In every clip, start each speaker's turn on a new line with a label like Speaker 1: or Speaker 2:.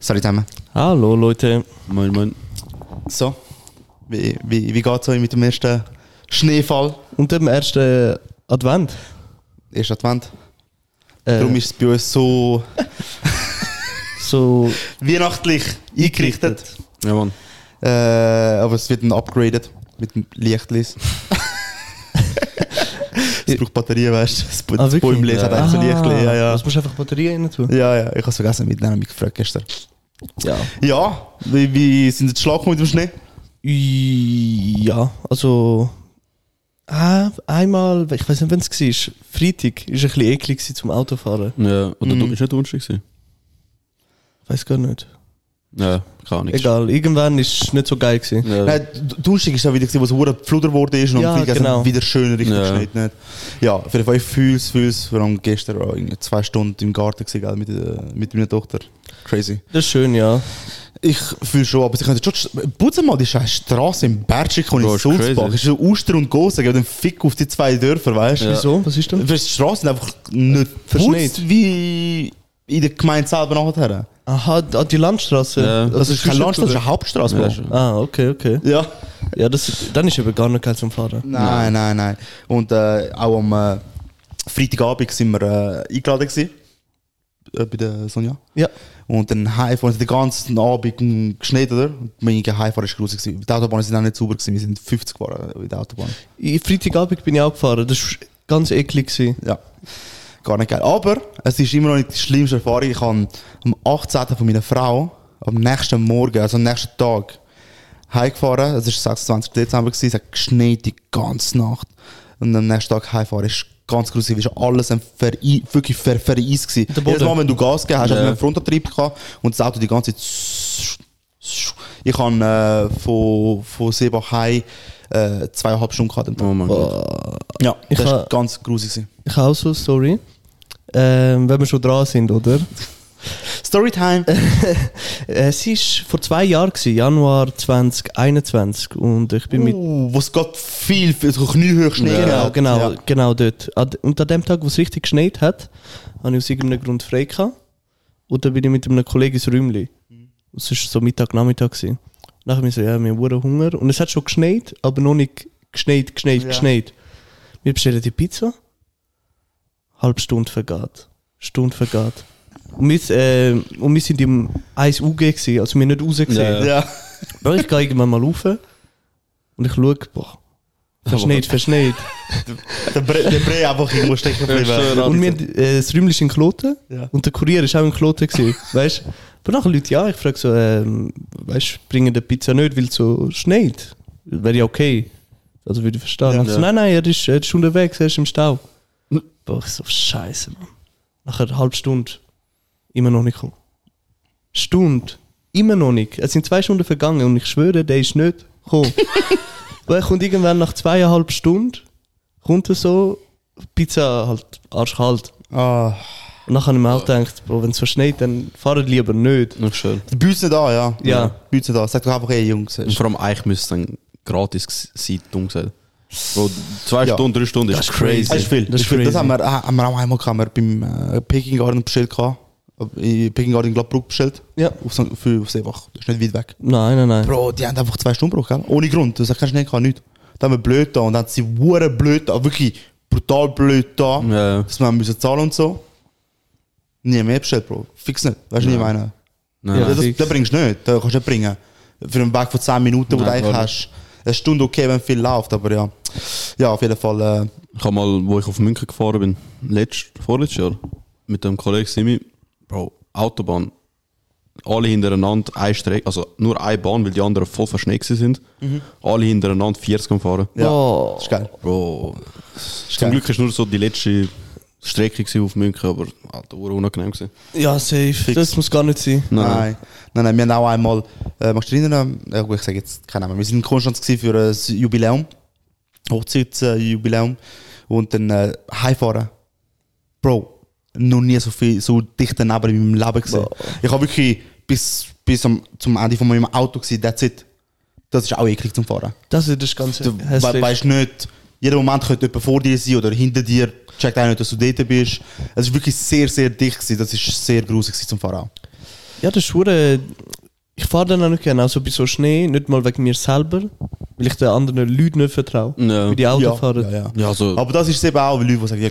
Speaker 1: Sorry zusammen.
Speaker 2: Hallo Leute.
Speaker 3: Moin, moin.
Speaker 1: So, wie, wie, wie geht es euch mit dem ersten Schneefall?
Speaker 2: Und dem ersten Advent.
Speaker 1: Erst Advent.
Speaker 2: Äh,
Speaker 1: Darum ist es bei uns so
Speaker 2: so
Speaker 1: weihnachtlich eingerichtet.
Speaker 3: Ja, Mann.
Speaker 1: Äh, aber es wird dann upgraded mit dem Lichtlis. es braucht Batterien, weißt du? Das, Bu- das
Speaker 2: Ah, wirklich? Ah.
Speaker 1: Bäumli hat eigentlich so Lichtli. Ja, ja.
Speaker 2: Das musst du einfach Batterien rein tun.
Speaker 1: Ja, ja, ich habe es vergessen mitnehmen, mich gefragt gestern.
Speaker 2: Ja.
Speaker 1: Ja, wie, wie sind jetzt Schlag mit dem Schnee?
Speaker 2: Ja, also. Ah, einmal, ich weiß nicht, wann es war. Freitag war ein bisschen eklig gewesen zum Autofahren.
Speaker 3: Ja, oder
Speaker 1: Mhm.
Speaker 3: du bist nicht Donnerstag gewesen?
Speaker 2: Weiß gar nicht.
Speaker 3: Ja, keine Ahnung.
Speaker 2: Egal, irgendwann war es nicht so geil. Gewesen.
Speaker 3: Ja.
Speaker 1: Nein, D- Donnerstag ist ja wieder, gewesen, wo es hure Fluder wurde ist und
Speaker 2: Ja,
Speaker 1: am Freitag
Speaker 2: genau.
Speaker 1: genau. wieder schön richtig
Speaker 3: Ja.
Speaker 1: geschneit. Nicht? Ja, für jeden Fall, ich fühle es, fühle es. Vor allem gestern war ich zwei Stunden im Garten gewesen, gell, mit, der- mit meiner Tochter. Crazy.
Speaker 2: Das ist schön, ja.
Speaker 1: Ich fühle schon, aber sie können schon... sch- Putzen mal die scheiß Straße im Bertschik und
Speaker 3: Bro,
Speaker 1: in
Speaker 3: ist crazy.
Speaker 1: Sulzbach. Ist so Uster und Gosen, gell, den Fick auf die zwei Dörfer, weißt du?
Speaker 3: Ja.
Speaker 2: Wieso? Was ist denn?
Speaker 1: Weil Die Straßen sind einfach nicht
Speaker 2: Verschneit.
Speaker 1: verputzt wie in der Gemeinde selber nachher.
Speaker 2: Aha, ah, die Landstraße.
Speaker 3: Ja.
Speaker 2: Also
Speaker 1: Das ist keine
Speaker 2: zwischen-
Speaker 1: Landstraße, das ist eine Hauptstraße.
Speaker 3: Ja,
Speaker 1: Bro.
Speaker 3: schon.
Speaker 2: Ah, okay, okay.
Speaker 1: ja.
Speaker 2: Ja, das, dann ist eben gar nicht geil zum Fahren.
Speaker 1: Nein, nein, nein. Und äh, auch am äh, Freitagabend sind wir äh, eingeladen gewesen, äh, bei der Sonja.
Speaker 2: Ja.
Speaker 1: Und dann Heimfahren, den ganzen Abend mh, geschneit, oder? Und mein Heimfahren war gruselig. gewesen. Die Autobahnen sind auch nicht sauber, gewesen. wir sind 50 gefahren in der Autobahn.
Speaker 2: Ich- Freitagabend bin ich auch gefahren. Das war ganz eklig. Gewesen.
Speaker 1: Ja, gar nicht geil. Aber es ist immer noch nicht die schlimmste Erfahrung. Ich habe am 18. von meiner Frau am nächsten Morgen, also am nächsten Tag, heimgefahren. Es war 26. Dezember, gewesen. es hat geschneit die ganze Nacht. Und am nächsten Tag heimfahren ist ganz gruselig. Es war alles ein Verei wirklich ver vereist. gewesen.
Speaker 2: Der Boden.
Speaker 1: Jedes Mal, wenn du Gas gegeben hast, hast du
Speaker 3: Ja.
Speaker 1: einen Frontantrieb gehabt und das Auto die ganze Zeit. Ich habe äh, von, von Seebach heim äh, zweieinhalb Stunden gehabt. am Tag.
Speaker 3: Oh mein Gott.
Speaker 1: Ja,
Speaker 2: Ich
Speaker 1: das war
Speaker 2: habe-
Speaker 1: ganz gruselig. gewesen.
Speaker 2: Ich habe auch so eine Story. Ähm, wenn wir schon dran sind, oder? Äh,
Speaker 1: Storytime!
Speaker 2: Es war vor zwei Jahren, gewesen, Januar 2021. Und ich bin mit.
Speaker 1: Uh, wo es geht viel, viel so kniehöch Schnee
Speaker 2: Genau,
Speaker 1: gehabt.
Speaker 2: genau,
Speaker 1: Ja.
Speaker 2: genau dort. An- Und an dem Tag, wo es richtig geschneit hat, habe ich aus irgendeinem Grund frei gehabt. Und dann bin ich mit einem Kollegen ins Räumli.
Speaker 1: Mhm.
Speaker 2: Es war so Mittag, Nachmittag. Gewesen. Nachher bin ich so, ja, wir haben verdammt Hunger. Und es hat schon geschneit, aber noch nicht geschneit, geschneit,
Speaker 1: Ja.
Speaker 2: geschneit. Wir bestellen die Pizza. Halb Stunde vergeht. Stunde vergeht. Und wir, äh, und wir sind im 1 UG, gewesen, also wir haben nicht rausgesehen.
Speaker 3: Ja, ja.
Speaker 1: Ja.
Speaker 2: Bro, ich gehe irgendwann mal rauf und ich schaue, boah, verschneit, verschneit.
Speaker 1: Der Bre, der Bre einfach irgendwo stecken geblieben.
Speaker 2: Und wir, äh, das Räumchen ist in Kloten
Speaker 1: Genau, Ja.
Speaker 2: und der Kurier war auch in Kloten. Gewesen, weißt du? Aber nachher Leute ja, ich frage so, ähm, weißt du, bringen die Pizza nicht, weil es so schneit? Wäre ja okay. Also würde ich verstehen.
Speaker 1: Ja.
Speaker 2: Ich so, nein, nein, er ist, äh, er ist unterwegs, er ist im Stau. Boah, ich so, Scheiße, Mann. Nachher eine halbe Stunde immer noch nicht gekommen. Stunde, immer noch nicht. Es sind zwei Stunden vergangen und ich schwöre, der ist nicht gekommen. Weil er kommt irgendwann nach zweieinhalb Stunden, kommt er so, Pizza halt arschkalt.
Speaker 1: Ah.
Speaker 2: Und dann habe ich mir auch gedacht, Bro, wenn es so schneit, dann fahrt lieber nicht.
Speaker 3: Noch schön.
Speaker 1: Die Bühne nicht an, ja.
Speaker 2: Ja.
Speaker 1: Die Bühne nicht an. Sag doch einfach, ey, Jungs.
Speaker 3: Und vor allem, eigentlich müsste es dann gratis g- sein, dumm gesagt. Bro, zwei
Speaker 1: Ja.
Speaker 3: Stunden, drei Stunden ist crazy.
Speaker 1: Das ist viel. Das, ist viel. das haben, wir, ah, haben wir auch einmal gehabt. Wir haben beim äh, Peking Garden bestellt. Gehabt. In Peking Garden in Gladbruck bestellt.
Speaker 2: Ja.
Speaker 1: Auf, St- für, auf Seebach. Das ist nicht weit weg.
Speaker 2: Nein, nein, nein.
Speaker 1: Bro, die haben einfach zwei Stunden gebraucht, gell? Ohne Grund. Das hat keinen Schnee gehabt, nichts. Dann haben wir blöd da und dann sind sie hure blöd da. Wirklich brutal blöd da.
Speaker 3: Ja.
Speaker 1: dass wir müssen zahlen und so. Nie mehr bestellt, Bro. Fix nicht. Weißt du, wie ich meine?
Speaker 3: Nein,
Speaker 2: Ja.
Speaker 3: nein.
Speaker 1: das,
Speaker 2: fix.
Speaker 1: das bringst du nicht. Das kannst du nicht bringen. Für einen Weg von 10 Minuten, wo du
Speaker 3: Nein,
Speaker 1: eigentlich
Speaker 3: gar
Speaker 1: hast. Eine Stunde okay, wenn viel läuft, aber ja. Ja, auf jeden Fall. Äh,
Speaker 3: Ich habe mal, wo ich auf München gefahren bin, letzt, vorletztes Jahr, mit dem Kollegen Simi, Bro, Autobahn. Alle hintereinander, eine Strecke, also nur eine Bahn, weil die anderen voll verschneit gewesen sind. Alle hintereinander 40 am Fahren.
Speaker 1: Mhm. ja.
Speaker 2: Oh.
Speaker 1: Das ist geil.
Speaker 3: Bro,
Speaker 1: geil.
Speaker 3: zum Glück ist nur so die letzte Strecke gewesen auf München, aber Alter, ur- unangenehm gewesen.
Speaker 2: Ja, safe. Das muss gar nicht sein.
Speaker 1: Nein. Nein, nein, wir haben auch einmal, äh, magst du dich erinnern, äh, gut, ich sage jetzt keinen Namen, wir sind in Konstanz gewesen für ein Jubiläum, Hochzeitsjubiläum und dann äh, heimfahren. Bro, noch nie so viel, so dicht daneben in meinem Leben gesehen. Ich habe wirklich bis, bis am, zum Ende von meinem Auto gesehen, that's it. Das ist auch eklig zum Fahren.
Speaker 2: Das ist das Ganze
Speaker 1: Du we
Speaker 2: hässlich.
Speaker 1: weißt nicht, jeden Moment könnte jemand vor dir sein oder hinter dir, checkt auch nicht, dass du dort bist. Es war wirklich sehr, sehr dicht, gewesen. das ist sehr gruselig gewesen zum Fahren. auch.
Speaker 2: Ja, das ist hure- Ich fahre dann auch nicht gerne, also bei so Schnee, nicht mal wegen mir selber, weil ich den anderen Leuten nicht vertraue.
Speaker 3: Ja.
Speaker 2: Wie die Auto
Speaker 1: ja,
Speaker 2: fahren.
Speaker 1: ja, ja.
Speaker 3: Ja, also,
Speaker 1: Aber das ist es eben auch, weil Leute, die sagen, ja,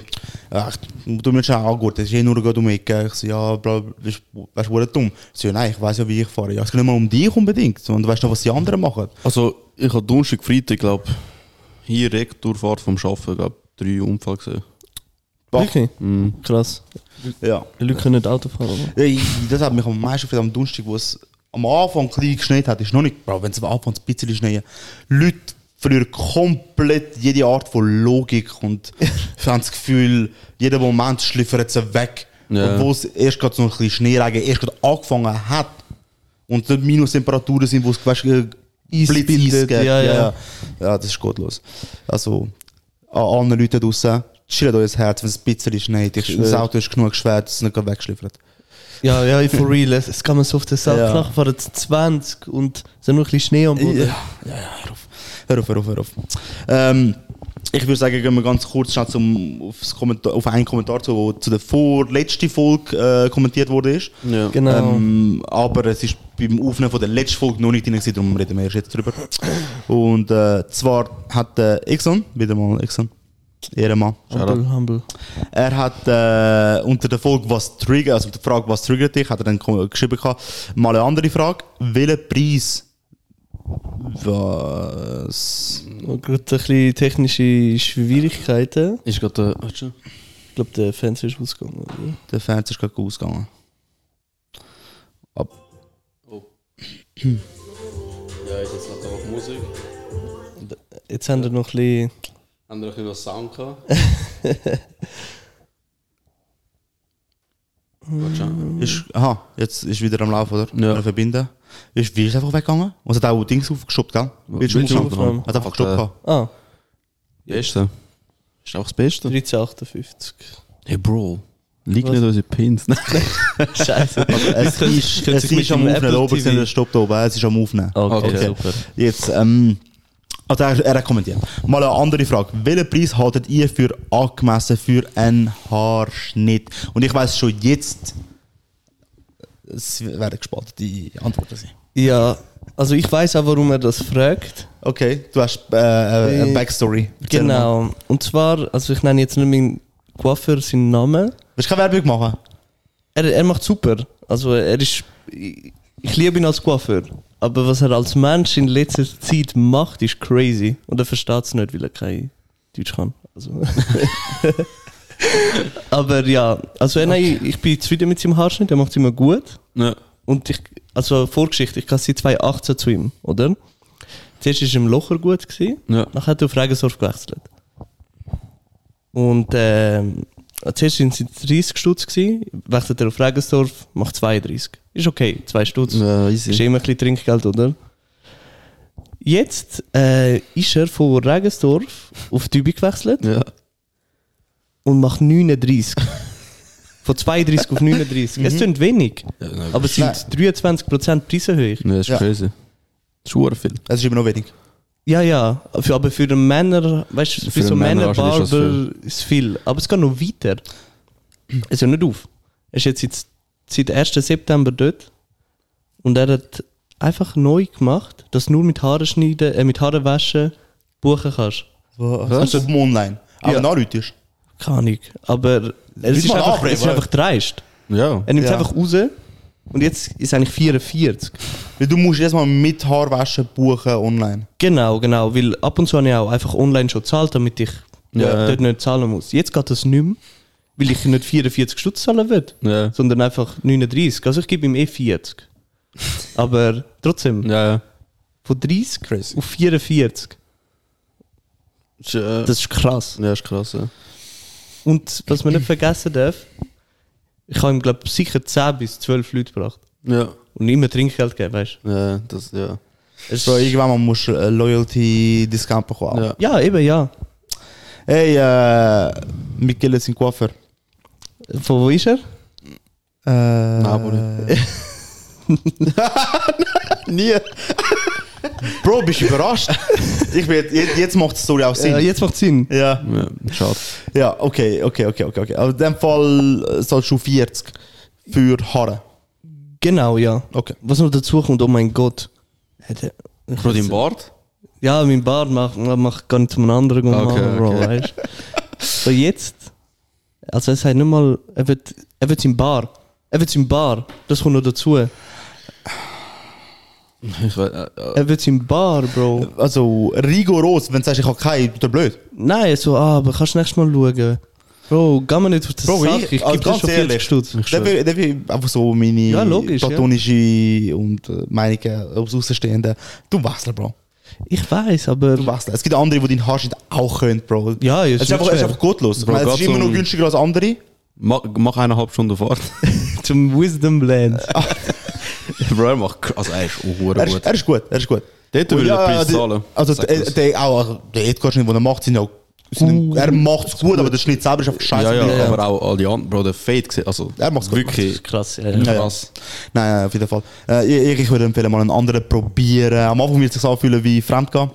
Speaker 1: ach, du musst ja auch gut, das ist eh nur gerade um die Ecke. Ich so, ja, bla, bla, das ist- weißt du, wo dumm? Ich so, ja, nein, ich weiß ja, wie ich fahre. Ja, es geht nicht mal um dich unbedingt, sondern du weißt noch, was die anderen machen.
Speaker 3: also ich habe Donnerstag, Freitag, glaube hier Rektorfahrt vom Arbeiten, glaube drei Unfälle gesehen.
Speaker 2: Wirklich? Hm,
Speaker 1: Mhm.
Speaker 2: Krass.
Speaker 1: Ja.
Speaker 2: Die Leute können nicht Auto fahren. oder?
Speaker 1: Ich, das hat mich am meisten gefreut am Donnerstag, wo es am Anfang klein geschneit hat, ist noch nicht, Bro, wenn es am Anfang ein bisschen schneien, Leute verlieren komplett jede Art von Logik und haben das Gefühl, jeden Moment schliffert sie weg.
Speaker 3: Ja.
Speaker 1: Obwohl es erst gerade so ein bisschen Schneeregen erst gerade angefangen hat und dort Minustemperaturen sind, wo es weißt, äh,
Speaker 2: Eis
Speaker 1: Blitz-
Speaker 2: bildet,
Speaker 1: Eis gibt.
Speaker 2: ja, ja.
Speaker 1: ja. Ja, das ist gottlos. Also, an allen Leuten draußen, chillt euer Herz, wenn es ein bisschen schneit. Ich- Das Auto ist genug schwer, dass es nicht gerade wegschliffert.
Speaker 2: Ja, ja, for real. Es, es kann man so auf den Sack
Speaker 1: Ja.
Speaker 2: ja. fahren, zu 20 und es ist nur ein bisschen Schnee am Boden.
Speaker 1: Ja, ja, hör auf. Hör auf, hör auf, hör auf. Ähm, ich würde sagen, gehen wir ganz kurz schnell zum, aufs Kommentar, auf einen Kommentar zu, wo zu der vorletzten Folge äh, kommentiert wurde. Ist.
Speaker 3: Ja.
Speaker 2: Genau.
Speaker 1: Ähm, aber es ist beim Aufnehmen von der letzten Folge noch nicht drin, gewesen, darum reden wir erst jetzt drüber. Und äh, zwar hat äh, Exxon, wieder mal Exxon, Ehrenmann,
Speaker 2: humble, humble.
Speaker 1: er hat äh, unter der Folge «Was triggert», also unter der Frage «Was triggert dich?», hat er dann kom- geschrieben, gehabt, mal eine andere Frage, welchen Preis was?
Speaker 2: Und gerade ein bisschen technische Schwierigkeiten.
Speaker 3: Ist gerade der. Weißt du?
Speaker 2: Ich glaube, der Fernseher ist ausgegangen. oder?
Speaker 1: Der Fernseher ist gerade ausgegangen. Ab
Speaker 3: Ja, ich jetzt noch auf Musik.
Speaker 2: Jetzt haben wir noch ein bisschen.
Speaker 3: Haben wir ein bisschen was Sound gehabt?
Speaker 1: ist, aha, jetzt ist wieder am Laufen, oder?
Speaker 3: Ja.
Speaker 1: Oder Verbinden. Ist, wie ist er einfach weggegangen? Und es hat auch Dings aufgeschubbt, gell? Bildschirm
Speaker 3: Bildschirm
Speaker 1: aufgeschubbt.
Speaker 2: aufgenommen.
Speaker 1: Hat einfach geschubbt. gehabt.
Speaker 2: Ah,
Speaker 3: Beste. Ist auch das Beste.
Speaker 2: 1358.
Speaker 3: Hey Bro, liegt
Speaker 2: Was?
Speaker 3: nicht unsere Pins.
Speaker 2: Scheiße.
Speaker 1: Es ist, es ist am Aufnehmen, da oben gesehen, es stoppt oben, es ist am Aufnehmen.
Speaker 2: Okay,
Speaker 3: Okay.
Speaker 2: super.
Speaker 1: Jetzt, ähm, also er, er hat kommentiert. Mal eine andere Frage. Welchen Preis haltet ihr für angemessen für einen Haarschnitt? Und ich weiß schon jetzt, es werden gespaltene Antworten sein.
Speaker 2: Ja, also ich weiß auch, warum er das fragt.
Speaker 1: Okay, du hast äh, äh, eine
Speaker 2: Äh,
Speaker 1: Backstory. Erzähl mal.
Speaker 2: Genau. Und zwar, also ich nenne jetzt nicht meinen Coiffeur seinen Namen.
Speaker 1: Willst du keine Werbung machen?
Speaker 2: Er, er macht super. Also er ist. Ich, ich liebe ihn als Coiffeur. Aber was er als Mensch in letzter Zeit macht, ist crazy. Und er versteht es nicht, weil er kein Deutsch kann. Also. aber ja, also nein, ich, ich bin zufrieden mit seinem Haarschnitt, er macht es immer gut.
Speaker 3: ja.
Speaker 2: Und ich, also Vorgeschichte, ich kann seit 2018 zu ihm, oder? Zuerst war er im Locher gut, gewesen,
Speaker 3: Ja.
Speaker 2: nachher hat er auf Regensdorf gewechselt. Und ähm, zuerst waren es 30 Stutz, gewesen, wechselt er auf Regensdorf, macht 32. Ist okay, 2 Stutz.
Speaker 3: Ja,
Speaker 2: Ist
Speaker 3: easy.
Speaker 2: immer ein bisschen Trinkgeld, oder? Jetzt äh, ist er von Regensdorf auf Tübingen gewechselt
Speaker 3: Ja.
Speaker 2: und macht 39. von 32 auf 39. Es klingt wenig,
Speaker 3: Ja, nein,
Speaker 2: aber es sind
Speaker 1: Nein.
Speaker 2: 23% Preiserhöhung.
Speaker 3: nein, das ist
Speaker 1: Ja.
Speaker 3: crazy. Das ist hure viel.
Speaker 1: Es ist immer noch wenig.
Speaker 2: Ja, ja, für, aber für einen Männer, weißt du, für,
Speaker 3: Für
Speaker 2: so
Speaker 3: einen Männer
Speaker 2: Männerbarber
Speaker 3: ist das viel.
Speaker 2: ist viel. Aber es geht noch weiter. Es hört nicht auf. Er ist jetzt seit, seit 1. September dort und er hat einfach neu gemacht, dass du nur mit Haare schneiden, äh, mit Haare waschen buchen kannst.
Speaker 1: Was? Also online. Ah, Aber
Speaker 2: Ja.
Speaker 1: ja. analytisch.
Speaker 2: Keine Ahnung. Aber es
Speaker 1: Willst
Speaker 2: ist
Speaker 1: du mal
Speaker 2: einfach,
Speaker 1: abbrechen,
Speaker 2: es ist
Speaker 1: oder?
Speaker 2: einfach dreist.
Speaker 3: Ja.
Speaker 2: Er nimmt es
Speaker 1: Ja.
Speaker 2: einfach raus und jetzt ist er eigentlich 44.
Speaker 1: Weil du musst erstmal mit Haarwaschen buchen online.
Speaker 2: Genau, genau, weil ab und zu habe ich auch einfach online schon gezahlt, damit ich äh,
Speaker 3: Ja.
Speaker 2: dort nicht zahlen muss. Jetzt geht das nicht mehr, weil ich nicht 44 Stutz zahlen will,
Speaker 3: Ja.
Speaker 2: sondern einfach 39. Also ich gebe ihm eh 40. Aber trotzdem,
Speaker 3: Ja, ja.
Speaker 2: von 30
Speaker 1: Crazy.
Speaker 2: auf 44.
Speaker 3: Ist, äh,
Speaker 2: Das ist krass.
Speaker 3: ja, ist krass, ja.
Speaker 2: Und was man nicht vergessen darf, ich habe ihm, glaube ich, sicher 10 bis 12 Leute gebracht.
Speaker 3: Ja.
Speaker 2: Und immer Trinkgeld gegeben, weißt
Speaker 3: Ja, das, ja.
Speaker 2: du? Es-
Speaker 1: So, irgendwann mal musst du äh, Loyalty-Discount bekommen.
Speaker 3: Ja.
Speaker 2: Ja, eben, ja.
Speaker 1: Hey, äh, Michele ist ein Coiffeur.
Speaker 2: Von wo ist er?
Speaker 1: Äh,
Speaker 3: Napoli.
Speaker 1: Nie. Bro, bist du überrascht? Ich bin, jetzt, jetzt macht die Story auch
Speaker 2: Ja,
Speaker 1: Sinn.
Speaker 2: Äh, jetzt macht es Sinn.
Speaker 1: Ja,
Speaker 3: ja. Schade.
Speaker 1: ja, äh, okay, okay, okay, okay. okay. Aber in dem Fall äh, zahlst du 40 für Haare.
Speaker 2: Genau, ja.
Speaker 1: Okay.
Speaker 2: Was noch dazu kommt, oh mein Gott. Hätte-
Speaker 3: Bro, dein Bart?
Speaker 2: Ja, mein Bart macht mach gar nicht zum anderen
Speaker 3: Okay,
Speaker 2: machen, Bro,
Speaker 3: okay.
Speaker 2: weißt So jetzt, also es hat nicht mal, er wird, er wird im Bar. Er wird im Bar, das kommt noch dazu.
Speaker 3: Ich weiß, äh, äh,
Speaker 2: Er wird im Bar, Bro.
Speaker 1: Also rigoros, wenn du sagst, ich habe keinen, du bist blöd.
Speaker 2: Nein, so, ah, aber kannst du nächstes Mal schauen. Bro, geh mir nicht auf das
Speaker 1: Bro,
Speaker 2: Sack,
Speaker 1: ich-
Speaker 2: ich
Speaker 1: also
Speaker 2: geb dir
Speaker 1: ganz
Speaker 2: schon 40
Speaker 1: ehrlich,
Speaker 2: Stutz. Ich
Speaker 1: Der
Speaker 2: schwör.
Speaker 1: will, der will einfach so meine
Speaker 2: Ja, logisch, ja.
Speaker 1: platonische und äh, Meinungen aus Außenstehenden. Du Wechsel, Bro.
Speaker 2: Ich weiß, aber
Speaker 1: Du Wechsel. Es gibt andere, die deinen Haarschnitt auch können, Bro.
Speaker 2: Ja,
Speaker 1: es
Speaker 2: ist
Speaker 1: ist
Speaker 2: nicht
Speaker 1: einfach, es ist
Speaker 2: schwer.
Speaker 1: einfach gottlos.
Speaker 3: Bro,
Speaker 1: Bro, es ist
Speaker 3: geht
Speaker 1: immer noch
Speaker 3: um-
Speaker 1: günstiger als andere.
Speaker 3: mach, mach eineinhalb Stunden Fahrt.
Speaker 2: zum Wisdom Land.
Speaker 3: Bro, er macht krass. Also, er ist auch hure
Speaker 1: Er ist,
Speaker 3: gut.
Speaker 1: er ist gut, er ist gut.
Speaker 3: Dort würde ich den Preis
Speaker 1: die- eh,
Speaker 3: zahlen.
Speaker 1: Also,
Speaker 3: Sag
Speaker 1: der,
Speaker 3: das.
Speaker 1: der, auch, also der Edgar-Schnitt, den er macht, sind ja, sind, er macht es gut, aber der Schnitt selber ist einfach scheiße.
Speaker 3: ja, ja,
Speaker 2: Ja, ja.
Speaker 3: aber auch all die anderen. Bro, der Fade gesehen. Also,
Speaker 1: Er macht's gut.
Speaker 3: wirklich.
Speaker 2: krass, ja.
Speaker 1: Ja, ja.
Speaker 3: Krass.
Speaker 1: Nein, nein, auf jeden Fall. Äh, ich, ich würde empfehlen, mal einen anderen probieren. Am Anfang wird es sich anfühlen wie Fremdgehen.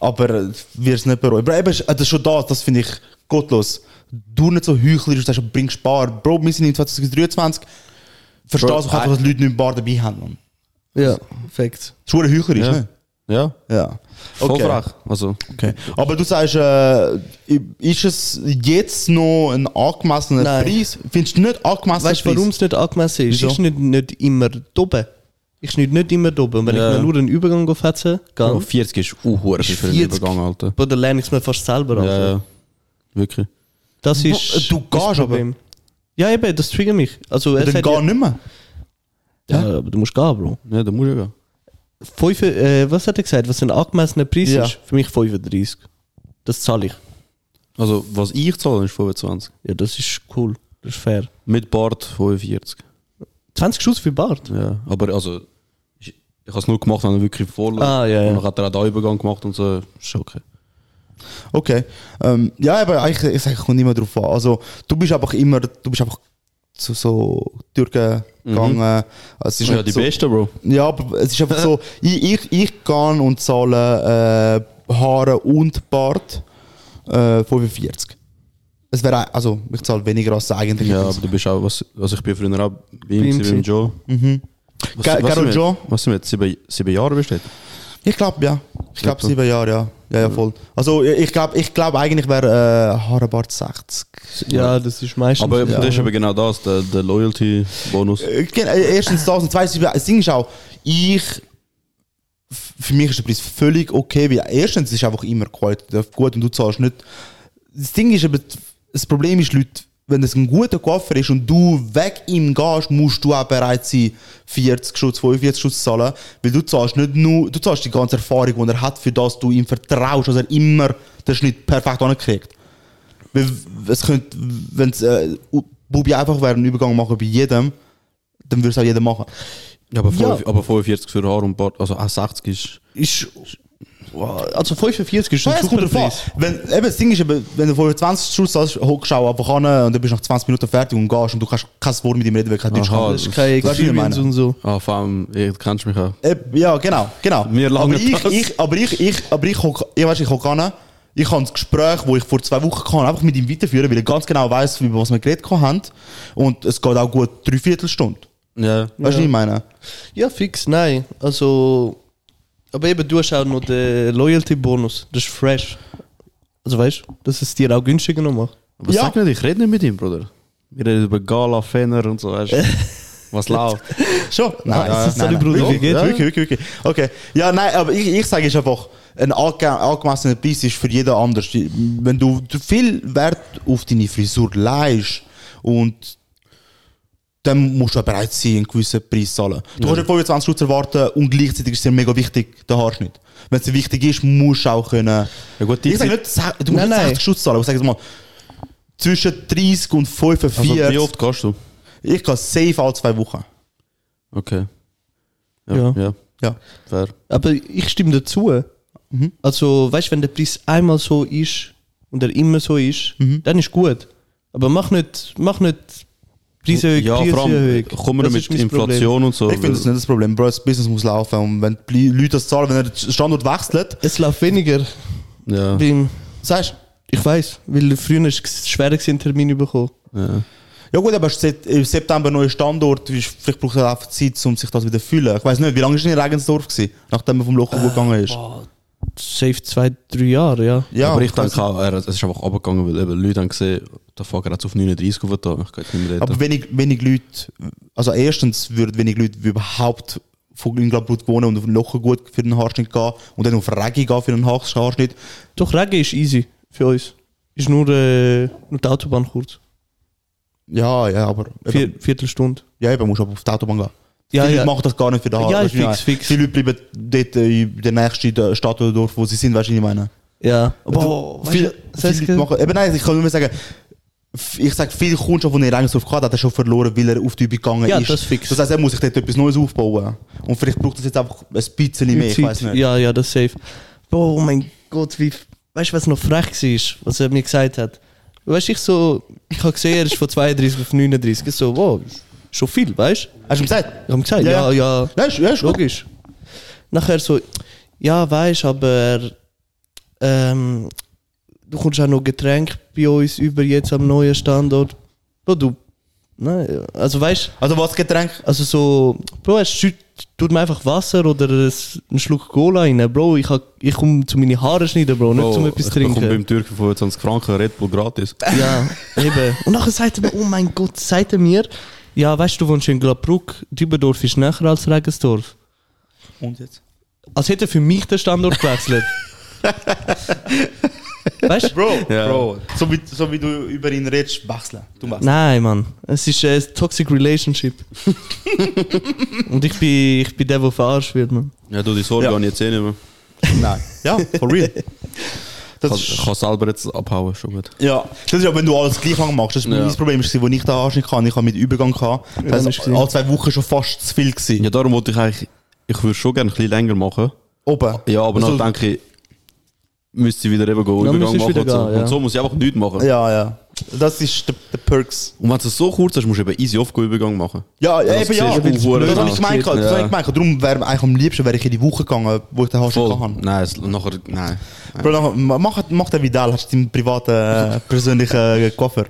Speaker 1: Aber wird es nicht bereuen. Aber eben, ist- äh, das ist schon das, das finde ich gottlos. Du nicht so heuchlerisch, du sagst, bring Spar. Bro, wir sind in 2023. Verstehst du
Speaker 3: Bro,
Speaker 1: einfach,
Speaker 3: ein-
Speaker 1: dass die Leute nicht im Bar dabei haben, Mann.
Speaker 2: Ja, Fakt.
Speaker 1: Das ist verdammt heuchlerisch,
Speaker 3: Ja.
Speaker 1: ne?
Speaker 3: Ja,
Speaker 1: Ja.
Speaker 3: voll
Speaker 1: Okay.
Speaker 3: frech. Also,
Speaker 1: okay. Aber du sagst, äh, ist es jetzt noch ein angemessener
Speaker 2: Nein.
Speaker 1: Preis? Findest du nicht angemessen?
Speaker 2: Weißt du, warum es nicht angemessen ist?
Speaker 1: Wieso?
Speaker 2: Ich schneide nicht immer doben. Ich schneide nicht immer doben. Und wenn
Speaker 3: Ja.
Speaker 2: ich mir nur einen Übergang aufhetze,
Speaker 1: Oh.
Speaker 3: Bro,
Speaker 2: gehe
Speaker 3: 40 ist auch hure viel für den
Speaker 2: 40.
Speaker 3: Übergang, Alter.
Speaker 2: Boah, dann lerne ich es mir fast selber
Speaker 1: Also.
Speaker 2: an.
Speaker 3: Ja, ja. Wirklich.
Speaker 2: Das ist.
Speaker 1: Du- du
Speaker 2: das
Speaker 1: gehst
Speaker 2: Problem. Ja, eben, das triggert mich. Also, es
Speaker 1: Dann
Speaker 2: hat
Speaker 1: gar
Speaker 2: ja,
Speaker 1: nicht mehr.
Speaker 2: ja, aber du musst gehen, Bro.
Speaker 3: Ja, da muss ich gehen.
Speaker 2: Fünf, äh, was hat er gesagt? Was ein angemessener Preis
Speaker 1: Ja.
Speaker 2: ist? Für mich 35. Das zahle ich.
Speaker 3: Also, was ich zahle, ist 25.
Speaker 2: Ja, das ist cool. Das ist fair.
Speaker 3: Mit Bart 45.
Speaker 2: 20 Schuss für Bart.
Speaker 3: Ja, aber also, ich, ich habe es nur gemacht, wenn er wirklich voll
Speaker 2: Ah, ja, ja.
Speaker 3: Und dann hat er auch den Übergang gemacht und so. Ist okay.
Speaker 1: Okay. Ähm, ja, aber eigentlich, ich sag, kommt immer drauf an. Also, du bist einfach immer, du bist einfach zu so Türken
Speaker 2: Mhm.
Speaker 1: gegangen. Also, es ist
Speaker 3: ja,
Speaker 1: nicht
Speaker 3: die
Speaker 1: so,
Speaker 3: Beste, Bro.
Speaker 1: Ja, aber es ist einfach so, ich, ich, ich gehe und zahle äh, Haare und Bart äh, 45. Es wäre, ein- also, ich zahle weniger als eigentlich.
Speaker 3: Ja, aber du bist auch, was, also ich bin früher auch bei ihm,
Speaker 2: ihm
Speaker 3: gewesen, beim Joe. Was,
Speaker 1: Ge- Gero
Speaker 3: sind wir-
Speaker 1: Joe?
Speaker 3: Was sind wir jetzt? Sieben, sieben Jahre bist du jetzt?
Speaker 1: Ich glaube, ja. Ich glaube,
Speaker 3: Etwa.
Speaker 1: sieben Jahre, ja. Ja, ja, voll. Also, ich glaube, ich glaub, eigentlich wäre äh, Haare, Bart 60.
Speaker 2: Ja, das ist meistens.
Speaker 3: Aber
Speaker 2: ja.
Speaker 3: das ist eben genau das, der, der Loyalty-Bonus.
Speaker 1: Äh, gen- äh, Erstens das und zweitens, das Ding ist auch, ich. f- Für mich ist der Preis völlig okay, weil erstens es ist einfach immer Qualität äh, gut und du zahlst nicht. Das Ding ist aber, das Problem ist, Leute, wenn es ein guter Koffer ist und du weg ihm gehst, musst du auch bereit sein, 40 Schutz, 45 Schutz zu zahlen, weil du zahlst nicht nur, du zahlst die ganze Erfahrung, die er hat, für das du ihm vertraust, dass er immer den Schnitt perfekt ankriegt. Weil es könnte, wenn es äh, Bubi einfach wäre, einen Übergang machen bei jedem, dann würde es auch jeder machen.
Speaker 3: Ja, aber,
Speaker 2: Ja.
Speaker 3: 45 aber 45 für Haar und Bart, also auch 60 ist.
Speaker 2: Ist, wow, also 45 ist
Speaker 1: Ja,
Speaker 2: ein
Speaker 1: es
Speaker 2: super
Speaker 1: kommt davon.
Speaker 2: Preis.
Speaker 1: Wenn, eben, das Ding ist, eben, wenn du vorher 20 Schuss hast, hockst du auch einfach an und dann bist du nach 20 Minuten fertig und gehst und du kannst kein Wort mit ihm reden, weil kein Deutsch
Speaker 3: Aha.
Speaker 1: kann.
Speaker 2: Das ist kein
Speaker 1: Weißt du, wie ich
Speaker 2: Experience
Speaker 1: meine?
Speaker 2: und so.
Speaker 3: Ah, vor allem, ihr kennst mich auch.
Speaker 1: Eben, Ja, genau, genau.
Speaker 3: Wir langen
Speaker 1: aber ich,
Speaker 3: das.
Speaker 1: ich, aber ich, ich, aber ich hock, ich weiß, ich hock an, ich kann das Gespräch, das ich vor zwei Wochen kann, einfach mit ihm weiterführen, weil ich ganz genau weiß, über was wir geredet haben. Und es geht auch gut drei Viertelstunde.
Speaker 3: Ja.
Speaker 1: Weißt du, wie ich meine?
Speaker 2: Ja, fix, nein. Also. Aber eben, du hast auch noch den Loyalty-Bonus. Das ist fresh. Also weißt du, dass es dir auch günstiger noch macht.
Speaker 3: Aber
Speaker 1: Ja.
Speaker 3: sag nicht, ich rede nicht mit ihm, Bruder. Wir reden über Gala, Fenner und so, weißt du. was läuft.
Speaker 1: Schon?
Speaker 3: Ah,
Speaker 1: Nein,
Speaker 2: ja,
Speaker 1: das ist
Speaker 2: ja.
Speaker 1: so die
Speaker 2: Nein, nein.
Speaker 1: Bruder.
Speaker 2: Wirklich,
Speaker 1: Wirklich,
Speaker 3: ja.
Speaker 1: wirklich, wirklich, wirklich. Okay. Ja, nein, aber ich, ich sage es einfach, ein ange angemessener Preis ist für jeden anders. Wenn du du viel Wert auf deine Frisur leihst und dann musst du auch bereit sein, einen gewissen Preis zu zahlen. Du kannst nicht 25 Schutz erwarten und gleichzeitig ist es dir mega wichtig, der Haarschnitt. Wenn es dir wichtig ist, musst du auch können...
Speaker 3: Ja, gut, die-
Speaker 1: ich sage nicht, se- du musst
Speaker 2: Nein,
Speaker 1: nicht
Speaker 2: nein.
Speaker 1: 60 Schutz zahlen, aber ich sage jetzt mal, zwischen 30 und
Speaker 3: Also,
Speaker 1: 45,
Speaker 3: wie oft gehst du?
Speaker 1: ich kann safe alle zwei Wochen.
Speaker 3: Okay. Ja.
Speaker 2: Ja.
Speaker 3: ja.
Speaker 1: Ja.
Speaker 3: Fair.
Speaker 2: Aber ich stimme dazu.
Speaker 3: Mhm.
Speaker 2: Also, weißt du, wenn der Preis einmal so ist und er immer so ist,
Speaker 3: Mhm.
Speaker 2: dann ist gut. Aber mach nicht, mach nicht Preise
Speaker 3: ja, vor allem kommen wir mit Inflation und so.
Speaker 1: Ich finde das nicht das Problem, Bro. Das Business muss laufen. Und wenn die Leute das zahlen, wenn er den Standort wechselt,
Speaker 2: Es läuft weniger.
Speaker 3: Ja.
Speaker 2: Beim,
Speaker 1: sagst
Speaker 2: ich weiß, weil früher war es schwer, gewesen, einen Termin zu bekommen.
Speaker 3: ja.
Speaker 1: Ja gut, aber es ist im September neuer Standort, vielleicht braucht es einfach Zeit, um sich das wieder zu fühlen. Ich weiß nicht, wie lange ist denn in Regensdorf gewesen, nachdem er vom Loch
Speaker 3: Äh,
Speaker 1: gegangen ist?
Speaker 2: Boah, safe zwei, drei Jahre, ja.
Speaker 1: Ja, Also,
Speaker 3: aber ich
Speaker 1: weiss
Speaker 3: denke auch, er, es ist einfach abgegangen, weil eben Leute haben gesehen, der Fucker hat es auf 39 aufgetan. Ich kann jetzt nicht mehr reden.
Speaker 1: Aber wenig, wenig Leute, also erstens würden wenig Leute überhaupt von Inglabrut wohnen und auf den Locher gut für den Haarschnitt gehen und dann auf Regi gehen für den Haar- Haarschnitt.
Speaker 2: Doch, Regen ist easy für uns. Ist nur, äh, nur die Autobahn kurz.
Speaker 1: Ja, ja, aber
Speaker 2: Vier,
Speaker 1: eben,
Speaker 2: Viertelstunde.
Speaker 1: ja, eben musst du aber auf die Autobahn gehen.
Speaker 2: Ja,
Speaker 1: viele
Speaker 2: ja.
Speaker 1: Leute machen das gar nicht für den Haar.
Speaker 2: Ja,
Speaker 1: weißt du,
Speaker 2: fix,
Speaker 1: meine?
Speaker 2: fix.
Speaker 1: Viele Leute bleiben dort äh, in der nächsten äh, Stadt oder Dorf, wo sie sind, weißt du, was ich meine.
Speaker 2: Ja.
Speaker 1: Boah,
Speaker 2: Boah,
Speaker 1: viel,
Speaker 2: weißt du,
Speaker 1: viele
Speaker 2: was ich
Speaker 1: Leute machen. Eben nein, ich kann nur sagen, f- ich sage, viel Kundschaft, die er eigentlich drauf hat, hat er schon verloren, weil er auf die Übung gegangen
Speaker 2: Ja,
Speaker 1: ist.
Speaker 2: das fix.
Speaker 1: das heisst, er muss sich dort etwas Neues aufbauen. Und vielleicht braucht es jetzt einfach ein bisschen mehr, ich
Speaker 2: Zeit.
Speaker 1: weiß nicht.
Speaker 2: Ja, ja, das ist safe. Boah, oh mein Gott, wie. Weißt du, was noch frech war, was er mir gesagt hat? Weißt du, ich so. Ich habe gesehen, er ist von 32 auf 39. Ich so, wow, schon viel, weißt du?
Speaker 1: Hast du ihm gesagt?
Speaker 2: Ich habe gesagt,
Speaker 1: Ja,
Speaker 2: ja, ja.
Speaker 1: Nein, ist, ja, ist gut.
Speaker 2: Logisch. Nachher so, ja, weißt aber ähm, du kommst auch noch Getränke bei uns über jetzt am neuen Standort. Bro, du. Nein, also weißt
Speaker 1: Also was Getränk?
Speaker 2: also so, Bro, es schütt- tut mir einfach Wasser oder es- einen Schluck Cola rein. Bro, ich, hab- ich komme zu meinen Haare schneiden, Bro, nicht
Speaker 3: Bro,
Speaker 2: zum etwas
Speaker 3: ich bekomme
Speaker 2: trinken.
Speaker 3: beim Türken 25 Franken Red Bull gratis.
Speaker 2: Ja, eben. Und nachher sagt er mir, oh mein Gott, sagt er mir, ja, weißt du, du wohnst in Gladbruck, Dübendorf ist näher als Regensdorf.
Speaker 1: Und jetzt?
Speaker 2: Als hätte er für mich den Standort gewechselt. weißt du?
Speaker 1: Bro,
Speaker 3: Ja.
Speaker 1: Bro. So wie, so wie du über ihn redest, wechseln. Du machst.
Speaker 2: Nein, Mann. Es ist äh, eine toxic relationship. Und ich bin, ich bin der, der verarscht wird, Mann.
Speaker 3: Ja, du, die Sorge
Speaker 1: Ja.
Speaker 3: habe ich jetzt eh nicht mehr.
Speaker 1: Nein. Ja, for real. Das
Speaker 3: Ich
Speaker 1: ist,
Speaker 3: kann selber jetzt abhauen, schon gut.
Speaker 1: ja, das ist ja, wenn du alles gleich lang machst. Das war
Speaker 3: Ja.
Speaker 1: mein Problem, das war, wo ich da Arschnitt kann. Ich habe mit Übergang gehabt. Das
Speaker 2: ist
Speaker 1: heißt,
Speaker 2: gesehen.
Speaker 1: alle zwei Wochen schon fast zu viel gewesen.
Speaker 3: Ja, darum wollte ich eigentlich, ich würde schon gerne ein bisschen länger machen.
Speaker 1: Oben.
Speaker 3: Ja, aber
Speaker 1: Also-
Speaker 3: dann denke ich, müsste ich wieder eben gehen,
Speaker 2: Dann
Speaker 3: Übergang
Speaker 2: müsstest du
Speaker 3: machen.
Speaker 2: wieder
Speaker 3: und, so.
Speaker 2: gehen, ja.
Speaker 3: und so muss ich einfach nichts machen.
Speaker 1: Ja, ja. Das ist der, der Perks.
Speaker 3: Und wenn es so kurz ist, musst du eben easy off Übergang machen.
Speaker 1: Ja, ja
Speaker 3: das
Speaker 1: eben ja.
Speaker 3: siehst du,
Speaker 1: Das
Speaker 3: wo er
Speaker 1: habe ich
Speaker 3: steht.
Speaker 1: gemeint. gehabt, Das
Speaker 3: Ja.
Speaker 1: habe ich gemeint. gehabt. Darum wäre eigentlich am liebsten wäre ich in die Woche gegangen, wo ich den Haarschnitt
Speaker 3: Voll.
Speaker 1: kann.
Speaker 3: Nein, es, nachher, nein. nein.
Speaker 1: Bro, nachher, ma- mach, mach den Vidal, hast du deinen privaten, äh, persönlichen äh, Koffer.